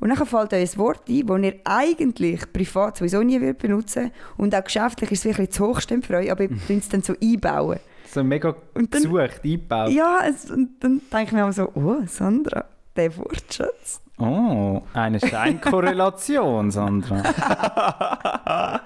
E: und dann fällt euch ein Wort ein, das ihr eigentlich privat sowieso nie würdet benutzen und auch geschäftlich ist es wirklich zu hoch stimmt für euch, aber ihr könnt es dann so einbauen.
C: So mega
E: Und dann-
C: gesucht, eingebaut.
E: Ja, es, und dann denke ich mir auch so, oh, Sandra, der Wortschatz.
C: Oh, eine
E: [laughs]
C: Steinkorrelation, Sandra.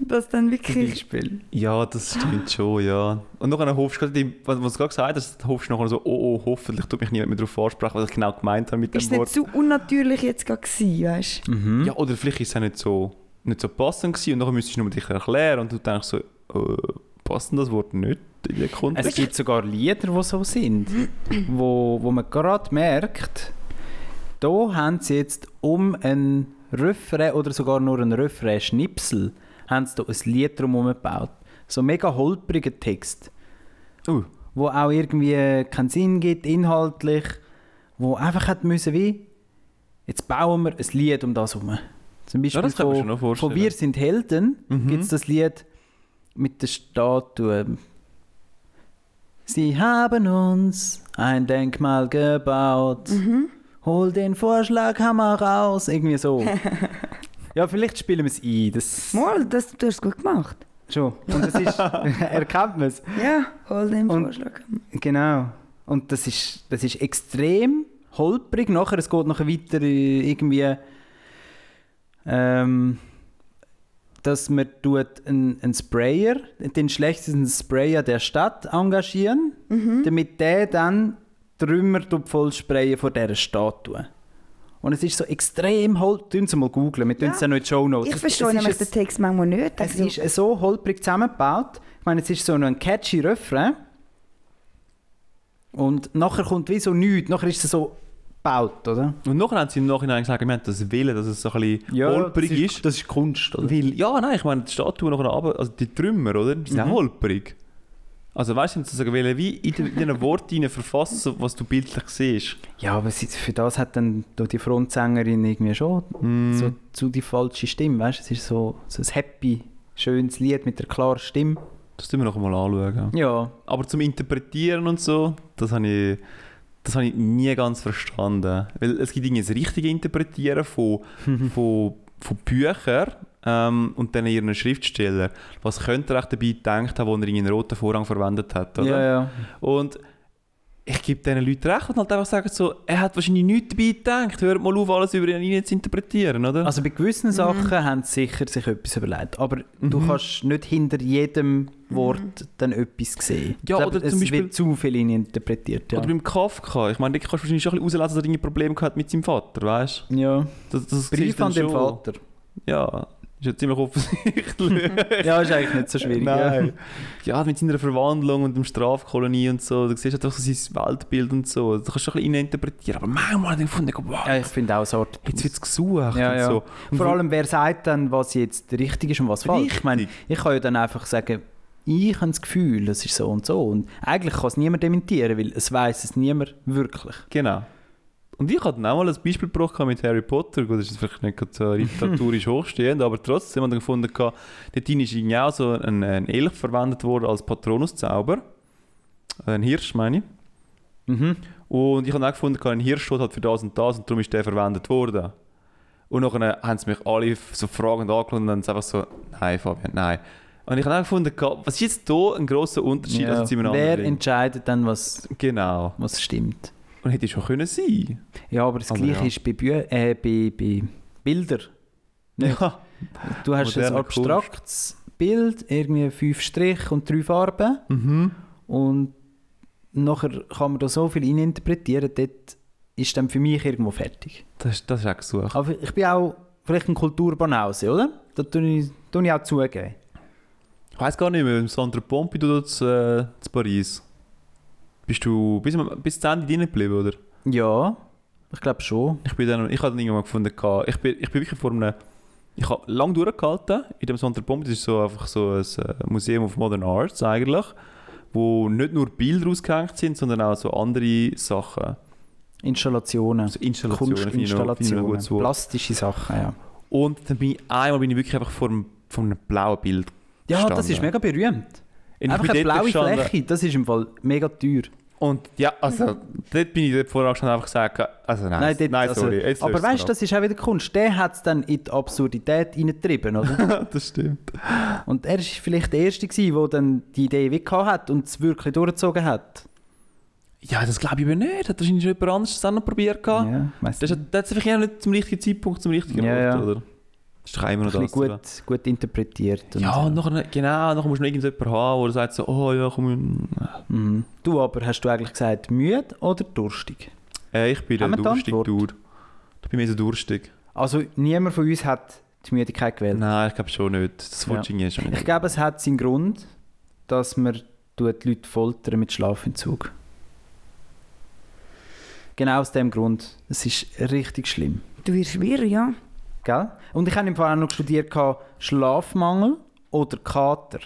E: Das dann
C: Zum
E: wirklich...
C: Beispiel.
D: Ja, das stimmt schon, ja. Und nachher hoffst du gerade, was was du gerade gesagt hast, hoffst du nachher so, oh, oh, hoffentlich tut mich niemand mehr darauf ansprechen, was ich genau gemeint habe mit
E: Ist es
D: dem
E: nicht Mhm.
D: Wort. Mhm.
E: zu unnatürlich jetzt gerade gewesen, weißt du?
D: Ja, oder vielleicht ist es auch nicht so, nicht so passend gewesen und nachher müsstest du nur dich erklären und du denkst so, äh, passt denn das Wort nicht in den Kontext?
C: Es gibt sogar Lieder, die so sind, wo, wo man gerade merkt, da haben sie jetzt um einen Refrain oder sogar nur einen Refrain-Schnipsel haben sie da ein Lied drum herum gebaut. So mega holpriger Text.
E: Oh.
D: Uh.
C: wo auch irgendwie äh, keinen Sinn gibt, inhaltlich, wo einfach hat müssen wie, jetzt bauen wir ein Lied um das herum. Zum Beispiel
D: Ja, das kann man schon noch
C: von, von
D: vorstellen.
C: «Wir sind Helden»
D: Mhm.
C: gibt es das Lied mit der Statue. Sie haben uns ein Denkmal gebaut, hol den Vorschlaghammer raus, irgendwie so. ja, vielleicht spielen wir es ein, das
E: Mal, das, du hast es gut gemacht.
C: schon. Und das ist, [laughs] erkennt man es.
E: Ja, hol den
C: Und-
E: Vorschlag.
C: Genau. Und das ist, das ist extrem holprig. Nachher, es geht nachher weiter äh, irgendwie, ähm, dass man tut einen, einen Sprayer, den schlechtesten Sprayer der Stadt engagieren,
E: Mhm.
C: damit der dann Trümmer tut vollsprayen von dieser Statue. Und es ist so extrem holprig. Tun Sie mal googeln, wir tun es ja,
E: Ja.
C: nicht in die Show Notes.
E: Ich
C: Es- es
E: verstehe
C: ist
E: nämlich
C: ein-
E: den Text manchmal nicht.
C: es
E: Also,
C: ist so holprig zusammengebaut. Ich meine, es ist so noch ein catchy Refrain. Und nachher kommt wie so nichts. Nachher ist es so gebaut, oder?
D: Und nachher haben sie im Nachhinein gesagt, wir haben das Willen, dass es so ein bisschen holprig
C: das
D: ist.
C: ist. Das ist Kunst, oder? Mhm.
D: Weil, ja, nein, ich meine, die Statue nachher runter, also die Trümmer, oder? Die sind auch holprig. Also weißt du, sozusagen, weil wie in den- in diesen [laughs] Worten verfassen, was du bildlich siehst.
C: Ja, aber sie, für das hat dann da die Frontsängerin irgendwie schon so zu die falsche Stimme, weißt? Es ist so, so ein happy, schönes Lied mit einer klaren Stimme.
D: Das tun wir noch einmal anschauen.
C: Ja,
D: Aber zum Interpretieren und so, das habe ich, das habe ich nie ganz verstanden. Weil es gibt irgendwie das richtige Interpretieren
C: [laughs]
D: von, von, von Büchern ähm, und dann ihren Schriftsteller. Was könnte er echt dabei gedacht haben, wo er einen roten Vorhang verwendet hat, oder?
C: ja, ja.
D: Und ich gebe diesen Leuten recht und halt einfach sagen so, er hat wahrscheinlich nichts dabei gedacht, hört mal auf, alles über ihn hinein zu interpretieren, oder?
C: Also bei
D: Mhm.
C: gewissen Sachen haben sie sicher sich etwas überlegt, aber du kannst nicht hinter jedem Wort dann etwas sehen.
D: Mhm. Ja,
C: Ich glaube,
D: oder
C: es
D: zum Beispiel-
C: wird zu viel interpretiert. Ja.
D: Oder beim Kafka, ich meine, da kannst du wahrscheinlich schon ein bisschen rauslesen, dass er ein Problem gehabt mit seinem Vater, weißt du?
C: ja.
D: Das, das siehst
C: Brief
D: du dann
C: an den
D: schon. [laughs]
C: Vater.
D: Ja, ist ja ziemlich offensichtlich.
C: [laughs] Ja, ist eigentlich nicht so schwierig.
D: Nein. Ja, mit seiner Verwandlung und dem Strafkolonie und so, du siehst halt einfach so sein Weltbild und so, da kannst du schon ein bisschen interpretieren, aber manchmal habe ich gefunden, wow,
C: Ja. ja, ich finde auch so. Art-
D: jetzt wird es gesucht
C: Ja,
D: und
C: ja.
D: so. Und
C: Vor allem, wer sagt dann, was jetzt richtig ist und was falsch? Ich meine,
D: Richtig.
C: ich kann ja dann einfach sagen, ich habe das Gefühl, es ist so und so. Und eigentlich kann es niemand dementieren, weil es weiß es niemand wirklich.
D: Genau. Und ich hatte dann auch mal ein Beispiel gebracht gehabt mit Harry Potter. Gut, das ist jetzt vielleicht nicht gerade so literaturisch hochstehend, [laughs] aber trotzdem haben wir gefunden, gehabt, dort drin ist irgendwie auch so ein, ein Elch verwendet worden als Patronuszauber. Ein Hirsch, meine ich.
C: Mhm.
D: Und ich habe auch gefunden, gehabt, ein Hirsch steht halt für das und das und darum ist der verwendet worden. Und nachher haben sie mich alle f- so fragend angeschaut und dann einfach so, nein Fabian, nein. Und ich habe auch gefunden, gehabt, was ist jetzt hier ein grosser Unterschied Also
C: Ja.
D: als in einem
C: Wer
D: anderen? Ding?
C: entscheidet dann, was,
D: Genau.
C: was stimmt?
D: Und hätte schon können sein.
C: Ja, aber das
D: Aber
C: Gleiche
D: ja.
C: ist bei, Bü äh, bei, bei Bildern. Nicht.
D: Ja.
C: Du hast ein
D: Moderne
C: abstraktes Bild, irgendwie fünf Striche und drei Farben.
D: Mhm.
C: Und nachher kann man da so viel interpretieren, dort ist dann für mich irgendwo fertig.
D: Das, das ist auch gesucht.
C: Aber ich bin auch vielleicht ein Kulturbanause, oder? Da tue ich, tue ich auch zugeben.
D: Ich weiß gar nicht mehr, mit Sandra Pompidou dort zu, äh, zu Paris. Bist du bis, am- bis zum Ende drin geblieben, oder?
C: Ja, ich glaube schon.
D: Ich bin dann, ich habe dann irgendwann gefunden, gehabt, ich bin, ich bin wirklich vor einem, ich habe lange durchgehalten in dem Sandra Pompidou, das ist so einfach so ein äh, Museum of Modern Arts eigentlich, wo nicht nur Bilder ausgehängt sind, sondern auch so andere Sachen.
C: Installationen,
D: Also Installationen, finde ich noch- finde ich noch ein
C: Kunstinstallationen,
D: gutes Wort.
C: plastische Sachen, ja.
D: Und dann bin ich, einmal bin ich wirklich einfach vor einem, vor einem blauen Bild
C: Ja,
D: gestanden.
C: das ist mega berühmt.
D: Und ich
C: Einfach
D: bin
C: eine
D: dort
C: blaue
D: gestanden-
C: Fläche, das ist im Fall mega teuer.
D: Und ja, also, dort bin ich dort vorher gestanden und einfach gesagt, also nein, nein,
C: dort- also-
D: sorry. jetzt
C: aber
D: löst
C: weißt du,
D: es
C: das ist auch wieder Kunst. Der hat es dann in die Absurdität hineingetrieben, oder?
D: [laughs] ab. das stimmt.
C: und er war vielleicht der Erste, gewesen, der dann die Idee wirklich hat und es wirklich durchgezogen hat.
D: Ja, das glaube ich aber nicht. Hat wahrscheinlich schon jemand anderes das auch noch probiert. gehabt.
C: Ja, weiss
D: Das
C: nicht.
D: hat es vielleicht auch nicht zum richtigen Zeitpunkt, zum richtigen
C: Ja, ja.
D: Ort, oder? Das ist doch immer noch
C: ein
D: das. oder?
C: bisschen gut, gut interpretiert. und
D: Ja,
C: so.
D: und nachher, genau, nachher musst du noch irgendjemanden haben, der sagt so, oh ja, komm.
C: Mhm. Du aber, hast du eigentlich gesagt, müde oder durstig?
D: Äh, ich bin der
C: Haben wir die
D: durstig
C: Antwort?
D: Dude. Ich bin mehr so durstig.
C: Also niemand von uns hat die Müdigkeit gewählt.
D: Nein, ich glaube schon nicht. Das
C: Ja.
D: wollte ich schon
C: Ich
D: nicht.
C: glaube, es hat seinen Grund, dass man tut die Leute foltern mit Schlafentzug. Genau aus dem Grund. Es ist richtig schlimm.
E: Du wirst wirr, ja.
C: Gell? Und ich habe im Fall auch noch studiert gehabt, Schlafmangel oder Kater.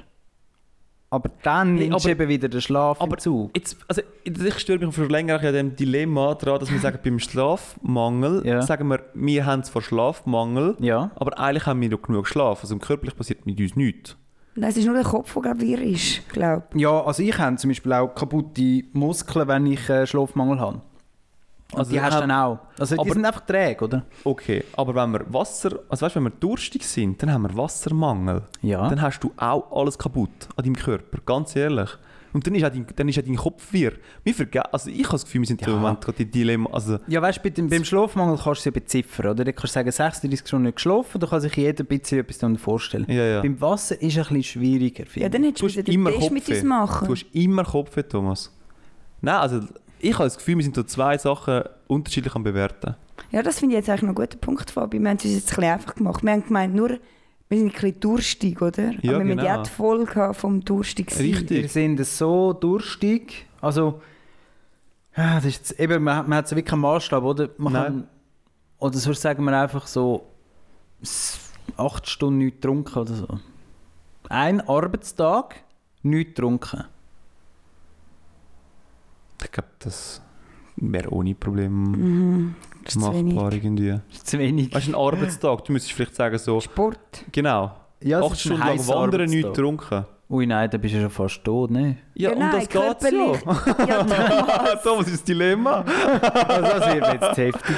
C: Aber dann
D: Hey,
C: nimmst du
D: aber-
C: eben wieder den Schlafentzug.
D: Jetzt, also, ich störe mich schon länger an dem Dilemma daran, dass wir sagen, beim [laughs] Schlafmangel,
C: Ja.
D: sagen wir, wir haben zwar Schlafmangel,
C: ja.
D: aber eigentlich haben wir doch genug Schlaf. Also körperlich passiert mit uns nichts.
E: Nein, es ist nur der Kopf, der gerade wirr ist, glaube
C: Ja, also ich habe zum Beispiel auch kaputte Muskeln, wenn ich äh, Schlafmangel habe. Und
D: Also
C: die
D: ich
C: hast du
D: hab-
C: dann auch. Also die
D: aber-
C: sind einfach träge, oder?
D: Okay, aber wenn wir Wasser, also weißt, wenn wir durstig sind, dann haben wir Wassermangel.
C: Ja.
D: Dann hast du auch alles kaputt an deinem Körper, ganz ehrlich. Und dann ist auch dein, dann ist auch dein Kopf wirr. Wir vergessen, also ich habe das Gefühl, wir sind
C: Ja.
D: im Moment gerade die Dilemma, also
C: Ja, weißt du, bei dem- beim Schlafmangel kannst du es ja beziffern, oder? Du kannst sagen, 36 Stunden nicht geschlafen, da kann sich jeder ein bisschen etwas darunter vorstellen.
D: Ja, ja.
C: Beim Wasser ist es ein bisschen schwieriger,
E: ich.
C: finde
E: Ja, dann hättest du wieder den Test mit uns machen.
D: Du hast immer Kopfweh, Thomas. Nein, also ich habe das Gefühl, wir sind so zwei Sachen unterschiedlich am bewerten.
E: Ja, das finde ich jetzt eigentlich noch einen guten Punkt, Fabi. Wir haben es uns jetzt ein bisschen einfach gemacht. Wir haben gemeint, nur, wir sind ein bisschen durstig, oder?
D: Ja,
E: Aber wir haben
D: genau.
E: ja die Folge gehabt vom durstig sein.
D: Richtig.
C: Wir sind so durstig, also... ja, Das ist jetzt, eben, man, man hat so wirklich keinen Maßstab, oder? Man
D: Nein.
C: Kann, oder sonst sagen wir einfach so... s- acht Stunden nichts getrunken oder so. Ein Arbeitstag, nichts getrunken.
D: Ich glaube, das wäre ohne Problem
E: Mhm. Das ist zu wenig.
D: machbar irgendwie.
C: Das ist zu wenig.
D: Weißt du, ein Arbeitstag, du müsstest vielleicht sagen so,
E: Sport.
D: genau,
C: Ja, es ist
D: acht
C: ein
D: Stunden lang
C: heisser
D: wandern, nichts
C: Arbeitstag.
D: getrunken.
C: Ui, nein, dann bist du schon fast tot, ne?
D: Ja, um das geht's
E: körperlich.
D: ja.
E: ja.
D: [laughs] Thomas ist das Dilemma.
C: [laughs] Also, das wird mir jetzt zu heftig.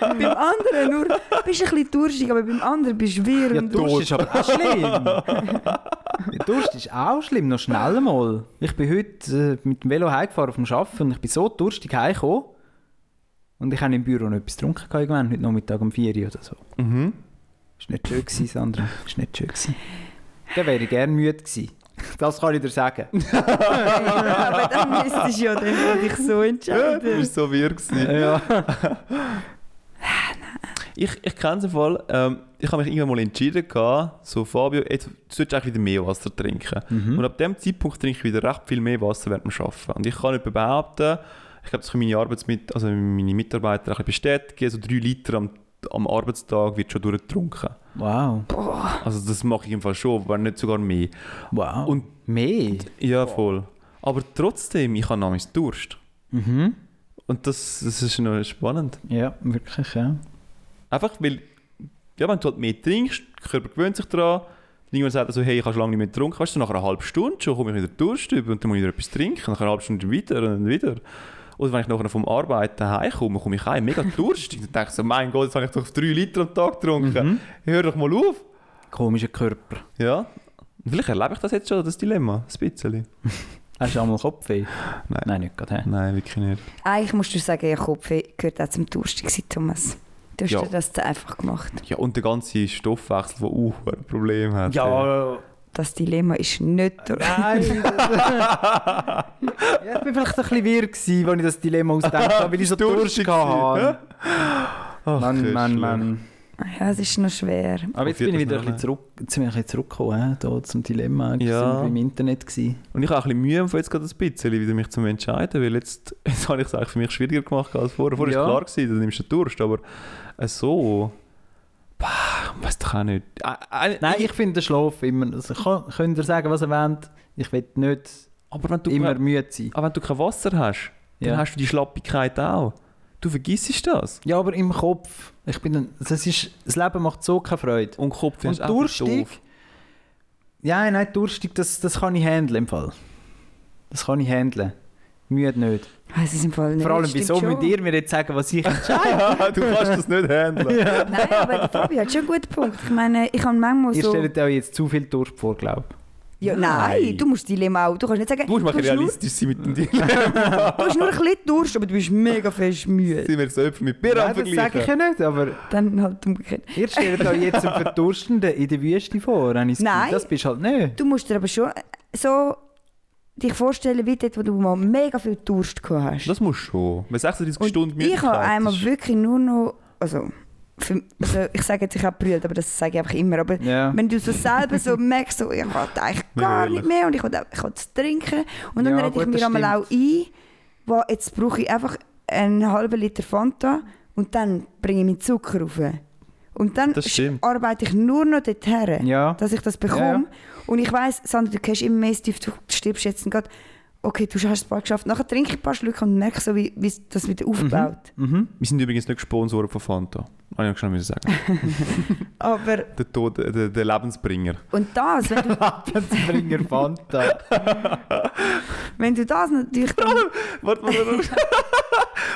E: beim anderen nur, du bist ein bisschen durstig, aber beim anderen bist du wirr
C: Ja,
E: und
C: Durst ist aber auch schlimm. Durst ist auch schlimm, noch schnell mal. Ich bin heute äh, mit dem Velo heimgefahren auf dem Arbeiten und ich bin so durstig heimgekommen. Und ich habe im Büro noch etwas getrunken, gehabt irgendwann, heute Nachmittag um 4 Uhr oder so.
D: Mhm.
C: Ist nicht schön gewesen, Sandra. Ist nicht schön gewesen. Dann wäre ich gerne müde gewesen. Das kann ich dir sagen.
E: [laughs] aber dann müsstest du ja dann wohl dich so
D: Ja,
E: entscheiden.
D: du bist so wirr gewesen.
C: [laughs] ja.
D: Ich, ich kenne es im Fall. Ähm, ich habe mich irgendwann mal entschieden, gehabt, so Fabio, jetzt solltest du eigentlich wieder mehr Wasser trinken.
C: Mhm.
D: Und ab dem Zeitpunkt trinke ich wieder recht viel mehr Wasser während dem Arbeiten. Und ich kann nicht behaupten, ich glaube, das können meine, Arbeitsmit also meine Mitarbeiter ein bisschen bestätigen, so drei Liter am, am Arbeitstag wird schon durchgetrunken.
C: Wow.
D: Also das mache ich im Fall schon, wenn nicht sogar mehr.
C: Wow.
D: Und-
C: mehr?
D: Ja, voll. Aber trotzdem, ich habe namens Durst.
C: Mhm.
D: Und das, das ist noch spannend.
C: Ja, wirklich, ja.
D: Einfach weil, ja, wenn du halt mehr trinkst, der Körper gewöhnt sich daran, dann irgendwann sagt er so, hey, ich habe schon lange nicht mehr getrunken, weißt du, nach einer halben Stunde schon komme ich wieder Durst über und dann muss ich wieder etwas trinken, nach einer halben Stunde wieder und dann wieder. Oder wenn ich nachher vom Arbeiten heimkomme, komme ich heim, mega durstig, dann denke ich so, mein Gott, jetzt habe ich doch drei Liter am Tag getrunken, hör doch mal auf.
C: Komischer Körper.
D: Ja, Und vielleicht erlebe ich das jetzt schon, das Dilemma, ein bisschen.
C: Hast du auch mal Kopfweh?
D: Nein.
C: Nein, nicht gerade. hä?
D: Nein, wirklich nicht.
E: Eigentlich musst du sagen, ja, Kopfweh gehört auch zum Durstig sein, Thomas. Du hast
D: Ja.
E: dir das zu einfach gemacht.
D: Ja, und der ganze Stoffwechsel, der auch ein Problem hat.
C: Ja,
E: Das Dilemma ist nicht durch.
C: nein. [laughs] ja, ich bin vielleicht ein bisschen wirr gewesen, als ich das Dilemma ausgedacht habe, weil ich so
D: Bist [laughs] du
C: Durst
D: durstig
C: hatte. Mann,
D: Ach,
C: Mann,
D: köstlich.
C: Mann.
E: Ah Ja, es ist noch schwer.
C: Aber jetzt
D: Probiert
C: bin ich wieder
D: das
C: ein
D: noch
C: bisschen, zurück, jetzt bin ich ein bisschen zurückgekommen, hä, da zum Dilemma. Wir
D: Ja.
C: sind im Internet. Gewesen.
D: Und ich habe auch ein bisschen Mühe, von jetzt gerade ein bisschen wieder mich zu entscheiden, weil jetzt, [laughs] jetzt habe ich es eigentlich für mich schwieriger gemacht als vorher. Vorher
C: Ja.
D: war es klar, gewesen, dann nimmst du den Durst, aber äh, so... Bah, ich weiss doch auch nicht. Äh, äh,
C: Nein, ich finde den Schlaf immer. Also, kann- könnt ihr sagen, was ihr wollt? Ich will nicht
D: aber wenn du,
C: immer
D: kein,
C: müde sein.
D: aber wenn du kein Wasser hast, dann
C: Ja.
D: hast du die Schlappigkeit auch. Du vergissest das.
C: Ja, aber im Kopf. Ich bin ein, das, ist, das Leben macht so keine Freude.
D: Und Kopf findest
C: Und
D: du einfach
C: durstig?
D: doof.
C: Ja, nein, durstig, das, das kann ich handeln im Fall. Das kann ich handeln. Müde nicht.
E: Ich weiss es im Fall nicht.
C: Vor allem,
E: Stimmt
C: wieso
E: schon.
C: müsst ihr mir jetzt sagen, was ich...
D: [laughs]
E: [laughs]
D: du kannst das
C: [laughs]
D: nicht handeln.
E: Nein, aber der Fabi hat schon einen guten Punkt. Ich meine, ich habe manchmal
C: ihr
E: so...
C: stellt euch jetzt zu viel Durst vor, glaube ich.
E: Ja, nein,
D: Nein.
E: du musst Dilemma auch. Du kannst nicht sagen,
D: Du musst mal
E: hast nur,
D: realistisch sein mit dem [laughs] Dilemma.
E: du hast nur ein bisschen Durst, aber du bist mega fest müde.
D: Sind wir jetzt Äpfel mit Bier am
C: Nein, das sage ich
D: vergleichen?
C: ja nicht, aber
E: Dann halt umgekehrt.
C: ihr stellt euch jetzt einen Verdurstenden in der Wüste vor. habe ich das Gefühl.
E: Nein.
C: Das bist halt nicht.
E: Du musst dir aber schon äh, so dich vorstellen, wie dort, wo du mal mega viel Durst gehabt hast.
D: Das musst du schon. Wenn 36
E: Und
D: Stunden
E: ich habe
D: Müdigkeit
E: einmal
D: ist-
E: wirklich nur noch, also, für, also ich sage jetzt, ich habe brüllt, aber das sage ich einfach immer. Aber
C: Ja.
E: wenn du so selber
C: [laughs]
E: so merkst, so, ich will eigentlich
D: Mega
E: gar
D: ehrlich.
E: nicht mehr und ich will, auch- ich will es trinken. Und dann
C: Ja,
E: rede
C: gut, das
E: ich mir einmal auch ein, wo jetzt brauche ich einfach einen halben Liter Fanta und dann bringe ich meinen Zucker rauf. Und dann
D: Das stimmt.
E: arbeite ich nur noch dorthin,
C: Ja.
E: dass ich das bekomme.
C: Ja, ja.
E: Und ich weiss, Sandra, du kennst immer mehr tief, du stirbst jetzt gerade. Okay, du hast es bald geschafft. Nachher trinke ich ein paar Schlücke und merke so, wie, wie es das wieder aufbaut.
D: Wir sind übrigens nicht gesponsert von Fanta. Habe ich noch schnell müssen sagen.
E: [laughs] Aber,
D: der, Tod, äh, der, der Lebensbringer.
E: und das, wenn du,
C: Lebensbringer Fanta.
E: wenn du das natürlich dann,
D: Warte, warte,
E: [laughs]
D: warte.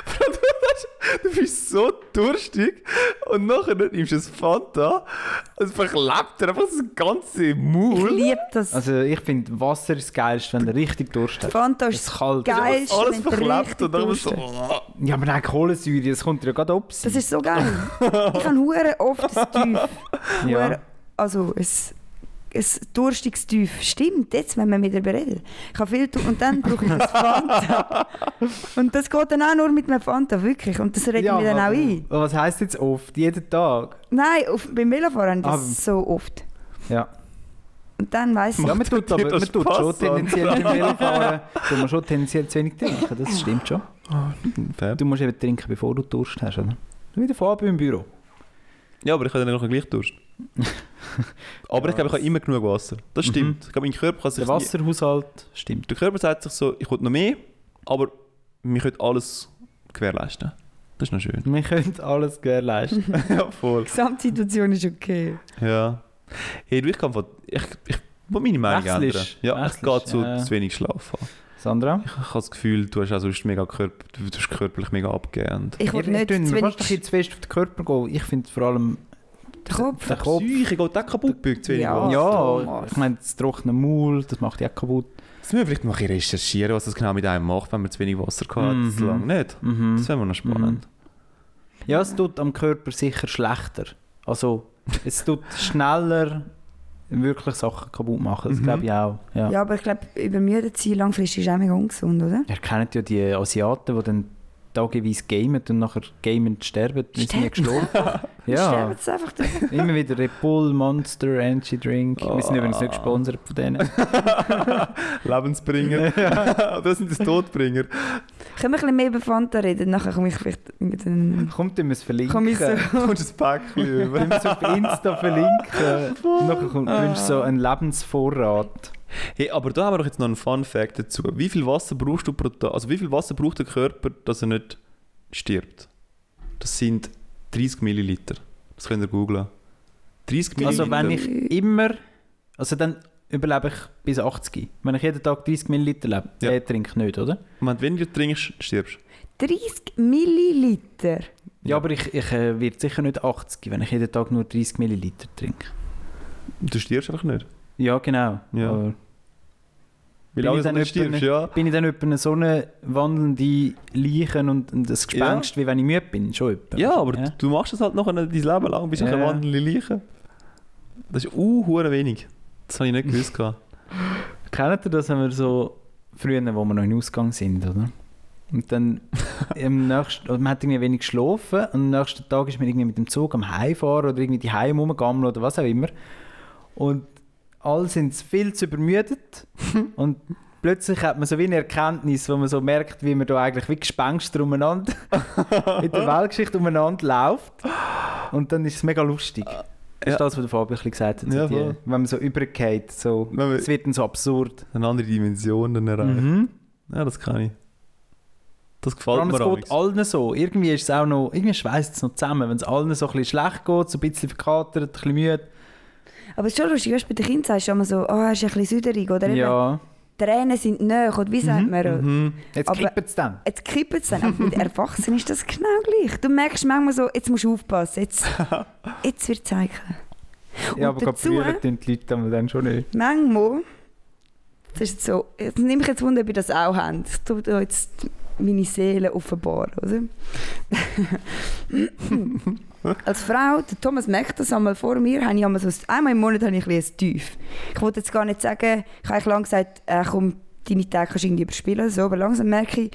D: Bro, du, hast- du bist so durstig und nachher nimmst du ein Fanta und verklebt dir einfach das ganze
E: ich
D: Maul.
E: liebe das.
C: Also ich finde, Wasser ist das Geilste, wenn du richtig Durst hast.
E: Fanta
C: Es
E: ist
C: ist kalt.
E: geil.
D: Alles verklebt und dann so...
C: Ja, aber nein, Kohlensäure, das kommt dir ja gerade ob.
E: Das ist so geil. ich habe hure oft ein Tief.
C: Ja.
E: Hure- Also ein, ein durstiges Tief. Stimmt, jetzt, wenn man mit darüber redet. Ich habe viel Tu- und dann brauche ich das Fanta.
C: [laughs]
E: und das geht dann auch nur mit einem Fanta, wirklich. Und das reden wir dann auch
C: aber-
E: ein.
C: aber Was heisst jetzt oft? Jeden Tag?
E: Nein, auf, beim Velofahren das
C: Aber-
E: so oft.
C: Ja.
E: Und dann weiss ich,
C: Ah. Ja, man tut,
D: dir
C: aber,
D: das
C: man tut
D: Spaß,
C: schon
D: Sandra?
C: tendenziell beim [laughs] Velofahren, tut man schon tendenziell zu wenig trinken, das stimmt schon.
D: Fab. [laughs]
C: Du musst eben trinken, bevor du Durst hast, oder? Wieder Fabio im Büro.
D: Ja, aber ich habe dann noch gleich
E: [laughs]
D: Durst. aber ich glaube, ich habe immer genug Wasser.
E: Mhm.
D: Das stimmt. Ich glaube, mein Körper kann sich...
C: Der Wasserhaushalt stimmt.
D: Der Körper sagt sich so, ich will noch mehr, aber wir können alles gewährleisten. Das ist noch schön.
C: Wir können alles [laughs] gewährleisten.
D: ja, voll.
E: Die Gesamtsituation ist okay.
D: Ja. Hey, du, ich kann von... Ich, ich muss meine Meinung
C: Wechselst.
D: ändern. Ja, ich
C: Wechselst,
D: gehe zu,
C: ja, ja.
D: zu wenig schlafen.
C: Sandra?
D: Ich habe das Gefühl, du hast auch sonst mega Körper, du du hast körperlich mega abgegeben. und-
E: Ich will
C: Ihr
E: nicht
C: tun
E: zu
C: mir fast ein
E: wenig
C: bisschen zu fest auf den Körper gehen. Ich finde vor allem...
E: den Kopf.
C: Der Kopf.
D: Psyche geht auch kaputt bei zu wenig.
E: Ja.
C: Ah,
D: Schlaf.
C: Ja,
E: Thomas.
C: ich meine, das trockene Maul, das macht ja kaputt.
D: Jetzt müssen wir vielleicht mal ein bisschen recherchieren, was das genau mit einem macht, wenn man zu wenig Wasser hat.
C: Mhm.
D: Das lange nicht.
C: Mhm.
D: Das wäre noch spannend.
C: Ja, es tut am Körper sicher schlechter. Also, es tut schneller wirklich Sachen kaputt machen. Das
D: Mhm.
C: glaube ich auch. Ja.
E: Ja, aber ich glaube, übermüdet sein langfristig ist auch mega ungesund, oder?
C: Ihr kennt ja die Asiaten, die dann tageweise gamen und nachher gamen und sterben, weil sie nie
E: Sterben.
C: geschlafen haben.
E: Sterben
C: Ja,
E: sie einfach durch.
C: immer wieder Red Bull, Monster, Energy Drink. Wir sind übrigens nicht gesponsert von denen.
D: [laughs] Lebensbringer. [laughs] das sind das Todbringer.
E: Können wir ein bisschen mehr über Fanta reden? Nachher komme ich vielleicht irgendeinen...
C: Kommt, ihm es verlinken.
E: Komm ich so...
D: Du kommst ein [laughs] Päckchen über.
C: Wenn wir es auf Insta verlinken, nachher kommt ah. so ein Lebensvorrat.
D: Hey, aber da haben wir doch jetzt noch einen Fun Fact dazu. Wie viel Wasser brauchst du pro Tag? Also wie viel Wasser braucht der Körper, dass er nicht stirbt? Das sind 30 Milliliter. Das könnt ihr googlen. 30 Milliliter.
C: Also wenn ich immer, also dann überlebe ich bis 80. Wenn ich jeden Tag 30 Milliliter lebe,
D: Ja.
C: der trinkt nicht, oder?
D: Wenn du weniger trinkst, stirbst
E: 30 Milliliter.
C: Ja,
D: Ja.
C: aber ich, ich äh, werde sicher nicht 80, wenn ich jeden Tag nur 30 Milliliter trinke.
D: du. Du stirbst einfach nicht.
C: Ja, genau.
D: Ja.
C: Aber
D: Weil
C: Bin ich
D: alles
C: dann
D: andere
C: jemand
D: stirbst,
C: nicht-
D: ja.
C: bin ich dann etwa so eine wandelnde Leiche und, und das Gespenst, wie wenn ich müde bin? Schon etwa.
D: Ja, aber du- du machst das halt noch dein Leben lang, bist ja.
C: Ja.
D: eine wandelnde Leiche. Das ist uh, hure wenig. Das habe ich nicht gewusst.
C: [laughs]
D: gehabt.
C: Kennt ihr das, wenn wir so früher, wo wir noch in Ausgang sind, oder? Und
D: [laughs]
C: dann am nächsten, oder man hat irgendwie wenig geschlafen und am nächsten Tag ist man irgendwie mit dem Zug am Heimfahren oder irgendwie die Heim rumgegangen oder was auch immer. Und alle sind viel zu
D: [laughs]
C: übermüdet und plötzlich hat man so wie eine Erkenntnis, wo man so merkt, wie man da eigentlich wie Gespenster
D: [laughs]
C: umeinander in der Weltgeschichte umeinander läuft. Und dann ist es mega lustig. Das ist
D: Äh, Ja.
C: das, was der Fabio ein bisschen gesagt hat. so
D: Ja,
C: die,
D: voll.
C: wenn man so übergeht, so,
D: Wenn man-
C: es wird dann so absurd.
D: Eine andere Dimension dann erreicht.
C: Mhm.
D: Ja, das kann ich. Das
C: Vor
D: gefällt
C: allem,
D: mir
C: es
D: auch.
C: geht allen so. Irgendwie ist es auch noch, irgendwie schweißt es noch zusammen. Wenn es allen so ein bisschen schlecht geht, so ein bisschen verkatert, ein bisschen müde.
E: Aber es ist schon lustig, weißt, bei den Kindern sagst du immer so, oh, er ist ein bisschen süderig, oder? Eben,
C: Ja.
E: Tränen sind näher, oder wie sagt man?
D: Mhm.
C: Jetzt
E: Aber-
C: kippt es dann.
E: Jetzt kippt es dann. Aber mit Erwachsenen ist das genau gleich. Du merkst manchmal so, jetzt musst du
D: [laughs]
E: aufpassen, jetzt, jetzt wird es heikel.
C: Ja, aber gerade
E: dazu-
C: früher tun die Leute dann, dann schon nicht.
E: Manchmal, das ist jetzt so, jetzt nehme ich jetzt Wunder, ob ihr das auch habt. Ich tue da jetzt meine Seele offenbar, oder? Als Frau, der Thomas merkt das einmal vor mir, habe ich einmal so, einmal im Monat habe ich ein bisschen ein Tief. Ich wollte jetzt gar nicht sagen, ich habe eigentlich lange gesagt, äh, komm, deine Tage kannst du irgendwie überspielen, so, aber langsam merke ich,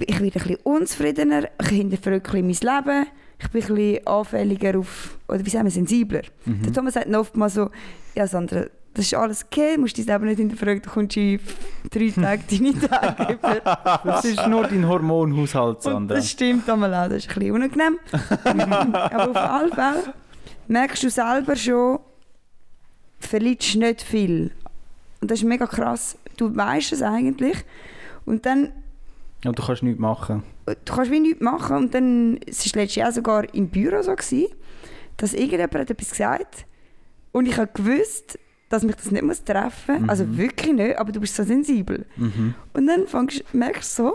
E: ich werde ein bisschen unzufriedener, ich hinterfrage ein bisschen mein Leben, ich bin ein bisschen anfälliger auf, oder wie sagen wir, sensibler.
C: Mhm.
E: Der Thomas sagt dann oftmals so, ja Sandra, das ist alles okay, du musst dein Leben nicht hinterfragen, du kommst in drei Tagen deine Tage über.
C: Das ist nur dein Hormonhaushalt,
E: Und
C: Sandra.
E: das stimmt einmal auch, das ist ein bisschen unangenehm. Aber auf alle Fälle merkst du selber schon, du verlierst nicht viel. Und das ist mega krass. Du weißt es eigentlich. Und dann
C: Und du kannst nichts machen.
E: Äh, du kannst wie nichts machen. Und dann, es war letztes Jahr sogar im Büro so, gewesen, dass irgendjemand hat etwas gesagt und ich habe gewusst, dass mich das nicht muss treffen muss. Also wirklich nicht, aber du bist so sensibel.
C: Mhm.
E: Und dann fängst, merkst du so,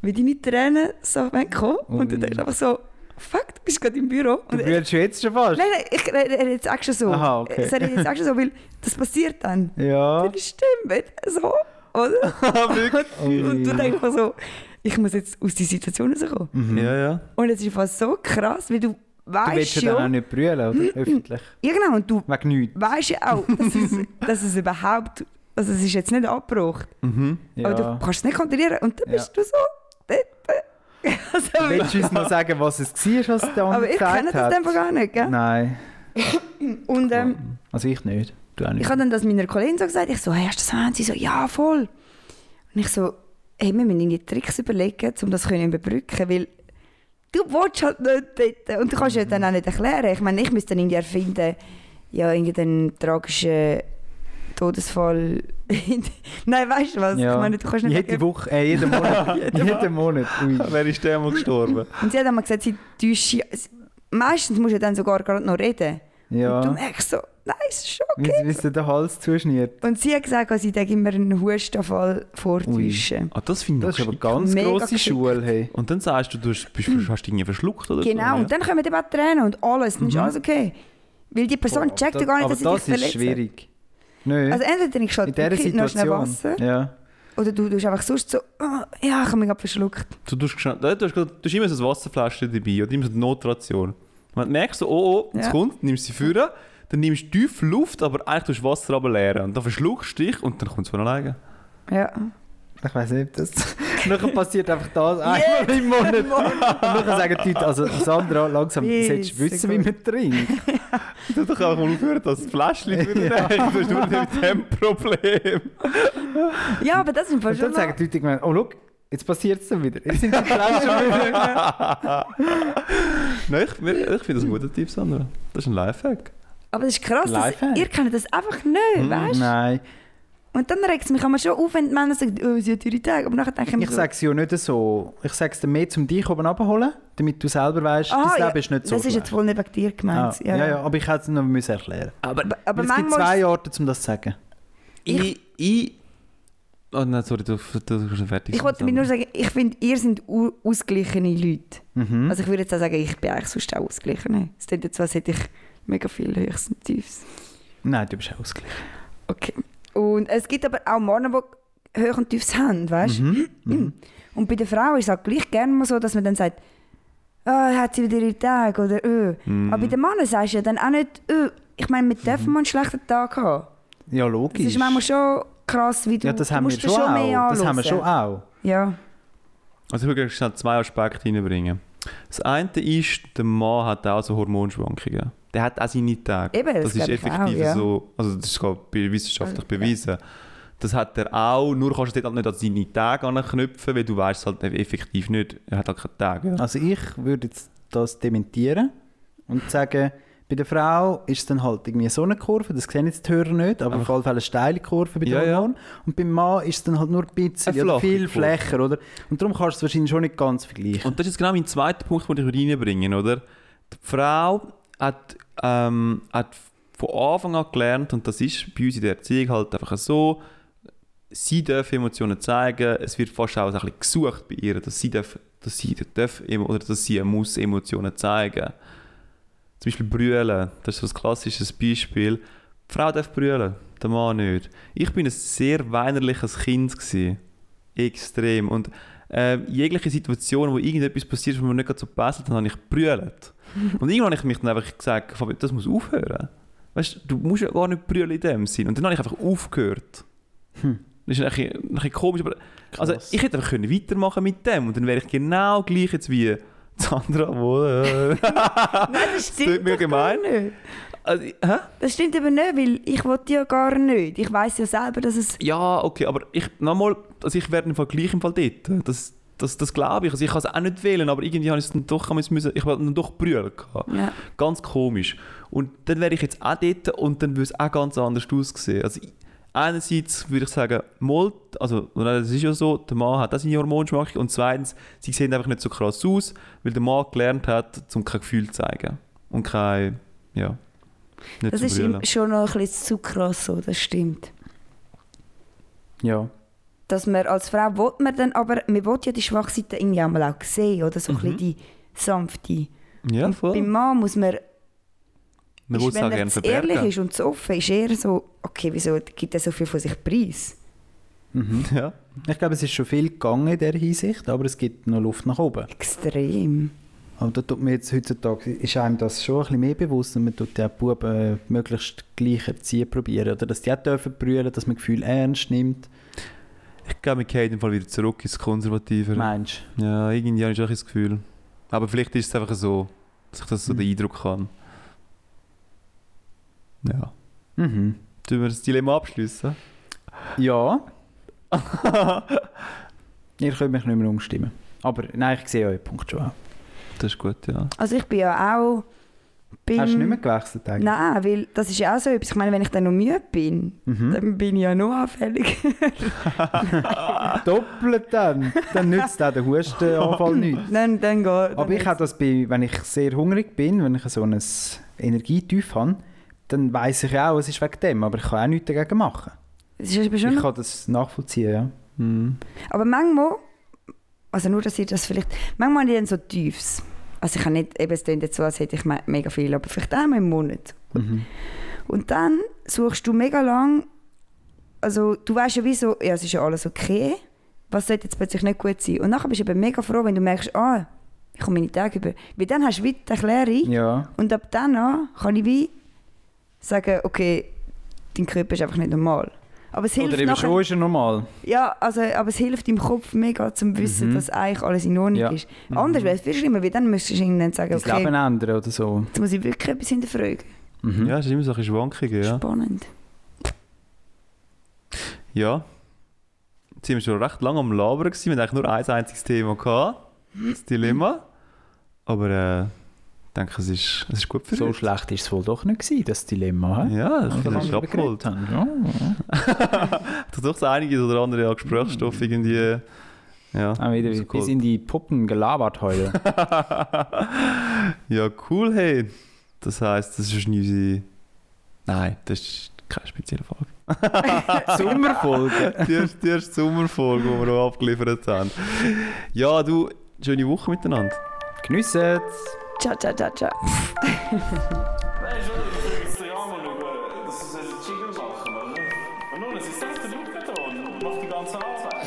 E: wie deine Tränen so wollen kommen und
C: Ui.
E: dann denkst du einfach so, fuck, du bist gerade im Büro.
C: Du
E: Und-
C: brüllst jetzt schon fast.
E: Nein, nein, ich rede rede jetzt auch schon so.
C: Aha, okay.
E: Ich rede jetzt auch schon so, weil das passiert dann.
C: Ja.
E: Dann stimmt, so, oder?
C: [laughs]
E: Und du denkst einfach so, ich muss jetzt aus dieser Situation rauskommen.
D: Ja, ja.
E: Und es ist fast so krass, weil du
C: Mhm. Du willst
E: weißt Mhm.
C: ja dann auch
E: ja,
C: nicht brüllen, oder? Öffentlich.
E: ja genau, und du
C: Wegen nichts.
E: weißt ja auch,
C: [laughs]
E: dass es, dass es überhaupt, also es ist jetzt nicht abgebrochen, aber du
C: Ja.
E: kannst es nicht kontrollieren und dann
C: Ja.
E: bist du so, dort. [laughs] also,
C: Willst du uns noch sagen, was es war, was der
E: aber
C: andere
E: ich kenne
C: gesagt
E: das
C: hat?
E: einfach gar nicht, gell?
C: Nein.
E: Und ähm,
C: Also ich nicht. Du auch nicht.
E: ich habe dann das meiner Kollegin so gesagt, ich so, hey, hast du das an? Sie so, ja, voll. Und ich so, hey, wir müssen irgendwie Tricks überlegen, um das können überbrücken, weil du willst halt nicht dort. Und du kannst ja dann auch nicht erklären. Ich meine, ich müsste dann irgendwie erfinden, ja, irgendeinen tragischen Todesfall [laughs] Nein, weißt du was?
C: Ja.
E: Ich meine, du kannst nicht
C: Jede Woche, äh, jeden
E: [laughs]
C: Monat. jeden Monat. Ui.
D: [laughs] Wer ist der mal gestorben?
E: Und sie hat einmal gesagt, sie täuscht. Meistens musst du dann sogar gerade noch reden. Und du
C: Ja.
E: merkst so, nein, es ist schon okay.
C: Jetzt bist du den Hals zuschniert.
E: Und sie hat gesagt, sie denke immer einen Hustenanfall vortäuschen.
D: Ah, das finde
C: Das
D: ich
C: ist aber
D: aber
C: ganz
E: Mega
C: grosse
E: geschickt.
C: Schule, hey.
D: Und dann sagst du, du hast, bist, hast dich irgendwie verschluckt oder
E: Genau,
D: so. ne?
E: und dann kommen eben auch Tränen und alles. Dann ist alles okay. Weil die Person
C: Mhm. Boah,
E: checkt ja
C: das-
E: gar nicht,
C: aber
E: dass sie dich
C: das
E: verletzt
C: ist
E: hat.
C: schwierig. Nö.
E: Also entweder ich
C: in
E: schalte
C: dieser
E: wirklich noch schnell
C: Situation.
E: Wasser
C: Ja.
E: oder du tust einfach sonst so, «Ah, ja, ich habe mich gerade verschluckt.
D: Du, tust schnell- du, hast, gerade- du hast immer so eine Wasserflasche dabei oder immer so eine Notration. Wenn du merkst, so, oh, oh, es
E: Ja.
D: kommt, nimmst sie vor, dann nimmst du tief Luft, aber eigentlich tust du Wasser aber leeren. Und dann verschluckst du dich und dann kommt es von alleine.
C: [laughs]
E: Ja.
C: Ich weiß nicht, ob
E: [laughs]
C: das. [laughs] Nachher passiert einfach das einmal im Monat. Und nachher sagen die Leute, also Sandra, langsam,
E: Yes,
C: solltest du wissen,
E: sehr
C: wie
E: gut.
C: man trinkt.
D: Du hast doch einfach mal aufhören, dass das Fläschchen drüber [laughs] ja. Du hast nur mit dem Problem.
E: ja, aber das sind voll
C: Und
E: schon
C: dann sagen
E: noch,
C: die Leute, ich meine, oh, schau, jetzt passiert es dann wieder. Jetzt sind die
E: [laughs]
C: Flaschen wieder.
D: [laughs] Nein, ich, mir- ich finde das ein guter Tipp, Sandra. Das ist ein Lifehack.
E: Aber das ist krass, dass,
C: Lifehack.
E: ihr kennt das einfach nicht, weißt du?
C: Mhm, Nein,
E: Und dann regt es mich immer schon auf, wenn die Männer sagen, «Oh, sie hat ihre Tage, aber nachher denke ich mir
C: ich
E: so,
C: sage es ja nicht so. Ich sage es dir mehr, um dich oben abzuholen, damit du selber weißt,
E: «Aha,
C: das
E: Ah, ja,
C: Leben ist nicht so
E: Das ist jetzt
C: schlecht.
E: wohl nicht wegen dir
C: ah,
E: gemeint.
C: ja, ja, aber ich hätte es noch müssen erklären
E: Aber, aber,
C: Weil Es gibt
E: manchmal
C: zwei Orte, um das zu sagen.
D: Ich. ich oh nein, sorry, du, du, du bist schon fertig.
E: Ich wollte mir nur sagen, ich finde, ihr seid u- ausgeglichene Leute.
C: Mhm.
E: Also ich würde jetzt auch sagen, ich bin eigentlich sonst auch ausgeglichen. Es klingt jetzt so, als hätte ich mega viel Höchst und Tiefs.
C: Nein, du bist ausgeglichen.
E: Okay. Und es gibt aber auch Männer, die Höch und Tiefs haben, weißt
C: Mhm.
E: du? Und bei der Frau ist es auch gleich gerne mal so, dass man dann sagt, «Ah, hat sie wieder ihren Tag oder «öh».
D: Mm.
E: Aber bei
C: Mhm.
E: den Männern sagst du ja dann auch nicht «öh». Ich meine, wir dürfen mal einen schlechten Tag haben.
C: Ja,
E: Das
C: logisch.
E: ist manchmal schon krass, wie du,
C: ja, das
E: du
C: haben wir
E: musst dir
C: schon, auch.
E: mehr
C: Das haben wir
E: anhören.
C: schon auch.
E: Ja.
D: Also ich würde gerne schnell zwei Aspekte hineinbringen. Das eine ist, der Mann hat auch so Hormonschwankungen. Der hat auch seine Tage.
E: Eben, das
D: das ist
E: glaub ich auch,
D: effektiv
E: ja. Also,
D: so. Also das ist sogar be- wissenschaftlich bewiesen. Das hat er auch, nur kannst du dort halt nicht an seine Tage anknüpfen, weil du weißt es halt effektiv nicht. Er hat halt keine Tage. Ja.
C: Also ich würde jetzt das dementieren und sagen, bei der Frau ist es dann halt irgendwie so eine Kurve, das sehen jetzt die Hörer nicht, aber auf jeden Fall eine steile Kurve bei
D: Ja,
C: den
D: ja.
C: Hormonen. Und beim Mann ist es dann halt nur ein bisschen,
D: Eine
C: oder
D: flache
C: viel
D: Kurve.
C: flächer, oder? Und darum kannst du es wahrscheinlich schon nicht ganz vergleichen.
D: Und das ist jetzt genau mein zweiter Punkt, den ich würde reinbringen oder? Die Frau hat, ähm, hat von Anfang an gelernt, und das ist bei uns in der Erziehung halt einfach so, sie darf Emotionen zeigen, es wird fast auch ein bisschen gesucht bei ihr, dass sie darf, dass sie darf emo- oder dass sie muss Emotionen zeigen. Zum Beispiel brüllen, das ist so ein klassisches Beispiel. Die Frau darf brüllen, der Mann nicht. Ich bin ein sehr weinerliches Kind. Gewesen. Extrem. Und ähm, jegliche Situation, wo irgendetwas passiert ist, wo mir nicht gerade so passt, dann habe ich [laughs] brüllt. Und irgendwann habe ich mich dann einfach gesagt, Fabio, das muss aufhören. Weißt du, du musst ja gar nicht brüllen in dem Sinn. Und dann habe ich einfach aufgehört. Das ist ein bisschen, ein bisschen komisch, aber also,
C: Krass.
D: ich hätte einfach können weitermachen mit dem und dann wäre ich genau gleich jetzt wie Sandra, wo... [laughs] Äh,
E: Nein, das
D: tut
E: stimmt
D: mir
E: doch
D: gemein.
E: gar nicht.
D: also, ich- hä?
E: Das stimmt aber nicht, weil ich wollte ja gar nicht. Ich weiß ja selber, dass es...
D: Ja, okay, aber ich nochmal, also ich werde im Fall gleich im Fall dort. Das, das, das glaube ich. Also ich kann es auch nicht wählen, aber irgendwie habe ich es dann doch, habe ich es müssen, ich wollte dann doch brüllen. gehabt.
E: Ja.
D: Ganz komisch. Und dann wäre ich jetzt auch dort und dann würde es auch ganz anders aussehen. Also ich- einerseits würde ich sagen, Mold, also nein, das ist ja so, der Mann hat auch seine Hormonschwankung und zweitens, sie sehen einfach nicht so krass aus, weil der Mann gelernt hat, zum kein Gefühl zu zeigen. Und kein, ja, nicht
E: Das
D: zu
E: ist
D: brüllen.
E: ihm schon noch ein bisschen zu krass so, das stimmt.
C: Ja.
E: Dass man als Frau will man dann aber... Man will ja die Schwachseiten irgendwie auch mal auch sehen, oder? So ein bisschen die sanfte.
D: Mhm. ja,
E: Und
D: voll.
E: Beim Mann muss man...
D: Man
E: ist,
D: muss es
E: wenn
D: auch
E: er
D: gerne
E: zu
D: verbergen.
E: ehrlich ist und zu offen, ist er so... Okay, wieso gibt er so viel von sich preis?
D: Ja.
C: Ich glaube, es ist schon viel gegangen in dieser Hinsicht, aber es gibt noch Luft nach oben.
E: Extrem.
C: Aber da tut mir jetzt heutzutage, ist einem das schon ein bisschen mehr bewusst und man tut ja die Buben äh, möglichst gleich erziehen probieren, oder dass die auch dürfen brüllen, dass man Gefühle ernst nimmt.
D: Ich glaube, wir gehen im Fall wieder zurück ins Konservative.
C: Meinst
D: Ja, irgendwie habe ich auch das Gefühl. Aber vielleicht ist es einfach so, dass ich das so
C: Hm.
D: den Eindruck habe. Ja.
C: du? Mhm.
D: Tun wir das Dilemma abschließen?
C: Ja. [laughs] Ihr könnt mich nicht mehr umstimmen. Aber nein, ich sehe euren Punkt schon auch.
D: Das ist gut, ja.
E: Also ich bin ja auch Bin,
C: Hast du nicht mehr gewechselt eigentlich?
E: Nein, weil das ist ja auch so etwas. Ich meine, wenn ich dann noch müde bin,
D: Mhm.
E: dann bin ich ja noch anfällig.
C: Ah, Doppelt dann. Dann nützt auch der
E: [laughs]
C: Hustenanfall nichts.
E: dann, dann geht
C: Aber ich habe das bei, wenn ich sehr hungrig bin, wenn ich so ein Energietief habe, dann weiß ich auch, es ist wegen dem, aber ich kann auch nichts dagegen machen.
E: Es ist aber
C: Ich
E: schon
C: kann das nachvollziehen, ja.
D: Mhm.
E: Aber manchmal, also nur, dass ihr das vielleicht, manchmal habe ich dann so Tiefs. Also ich habe nicht, eben es klingt jetzt so, als hätte ich me- mega viel, aber vielleicht einmal im Monat. Und dann suchst du mega lang, also du weißt ja wieso, ja es ist ja alles okay, was sollte jetzt plötzlich nicht gut sein. Und nachher bist du eben mega froh, wenn du merkst, ah, ich komme meine Tage über. Weil dann hast du wieder die Erklärung
C: Mhm. Ja,
E: und ab dann an kann ich wie sagen, okay, dein Körper ist einfach nicht normal. Aber es hilft
C: Oder eben
E: nachher-
C: schon ist er normal.
E: ja, also, aber es hilft im Kopf mega, zum wissen, dass eigentlich alles in Ordnung
C: Mhm. Ja. Mhm.
E: ist. Anders wäre es viel schlimmer, weil dann müsstest du ihnen dann sagen,
C: Das
E: okay,
C: Leben ändern oder so.
E: jetzt muss ich wirklich etwas hinterfragen.
C: Mhm.
D: Ja, es ist immer so ein bisschen Schwankungen, ja.
E: Spannend.
D: Ja. Jetzt sind wir schon recht lange am Labern gewesen. Wir hatten eigentlich nur ein einziges Thema. Gehabt, das Dilemma. Aber äh, ich denke, es ist, es ist gut für
C: So
D: uns.
C: schlecht ist es wohl doch nicht gewesen, das Dilemma. hä?
D: Ja, ich
C: Oder
D: finde,
C: was
D: es ist
C: wir geredet
D: abgeholt.
C: haben. Ja.
D: [laughs] Da doch so einiges oder andere an
C: Mhm.
D: Gesprächsstoff irgendwie. äh, Ja,
C: Auch Ah, wieder,
D: so
C: Wir sind die Puppen gelabert heute.
D: [laughs] ja, cool, hey. Das heisst, das ist nicht unsere. Nein, das ist keine spezielle Frage.
C: Sommerfolge.
D: [laughs] die erste, die erste Sommerfolge, die wir noch abgeliefert haben. Ja, du, schöne Woche miteinander.
C: Geniessen.
E: Ciao, ciao, ciao, ciao.
A: Nein, schon, ich will jetzt ja mal schauen, dass du so einen Jingle machen oder? Und nun, es ist selbst der Lukaton und macht die ganze Arbeit.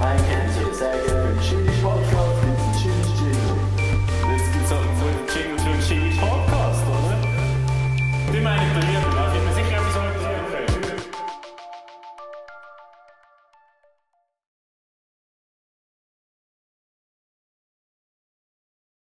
B: I can't say it's again for Chili's podcast. It's Chili's Jingle.
A: Jetzt gibt's auch so einen Jingle für einen Jingle Podcast, oder? Die meine ich, der wird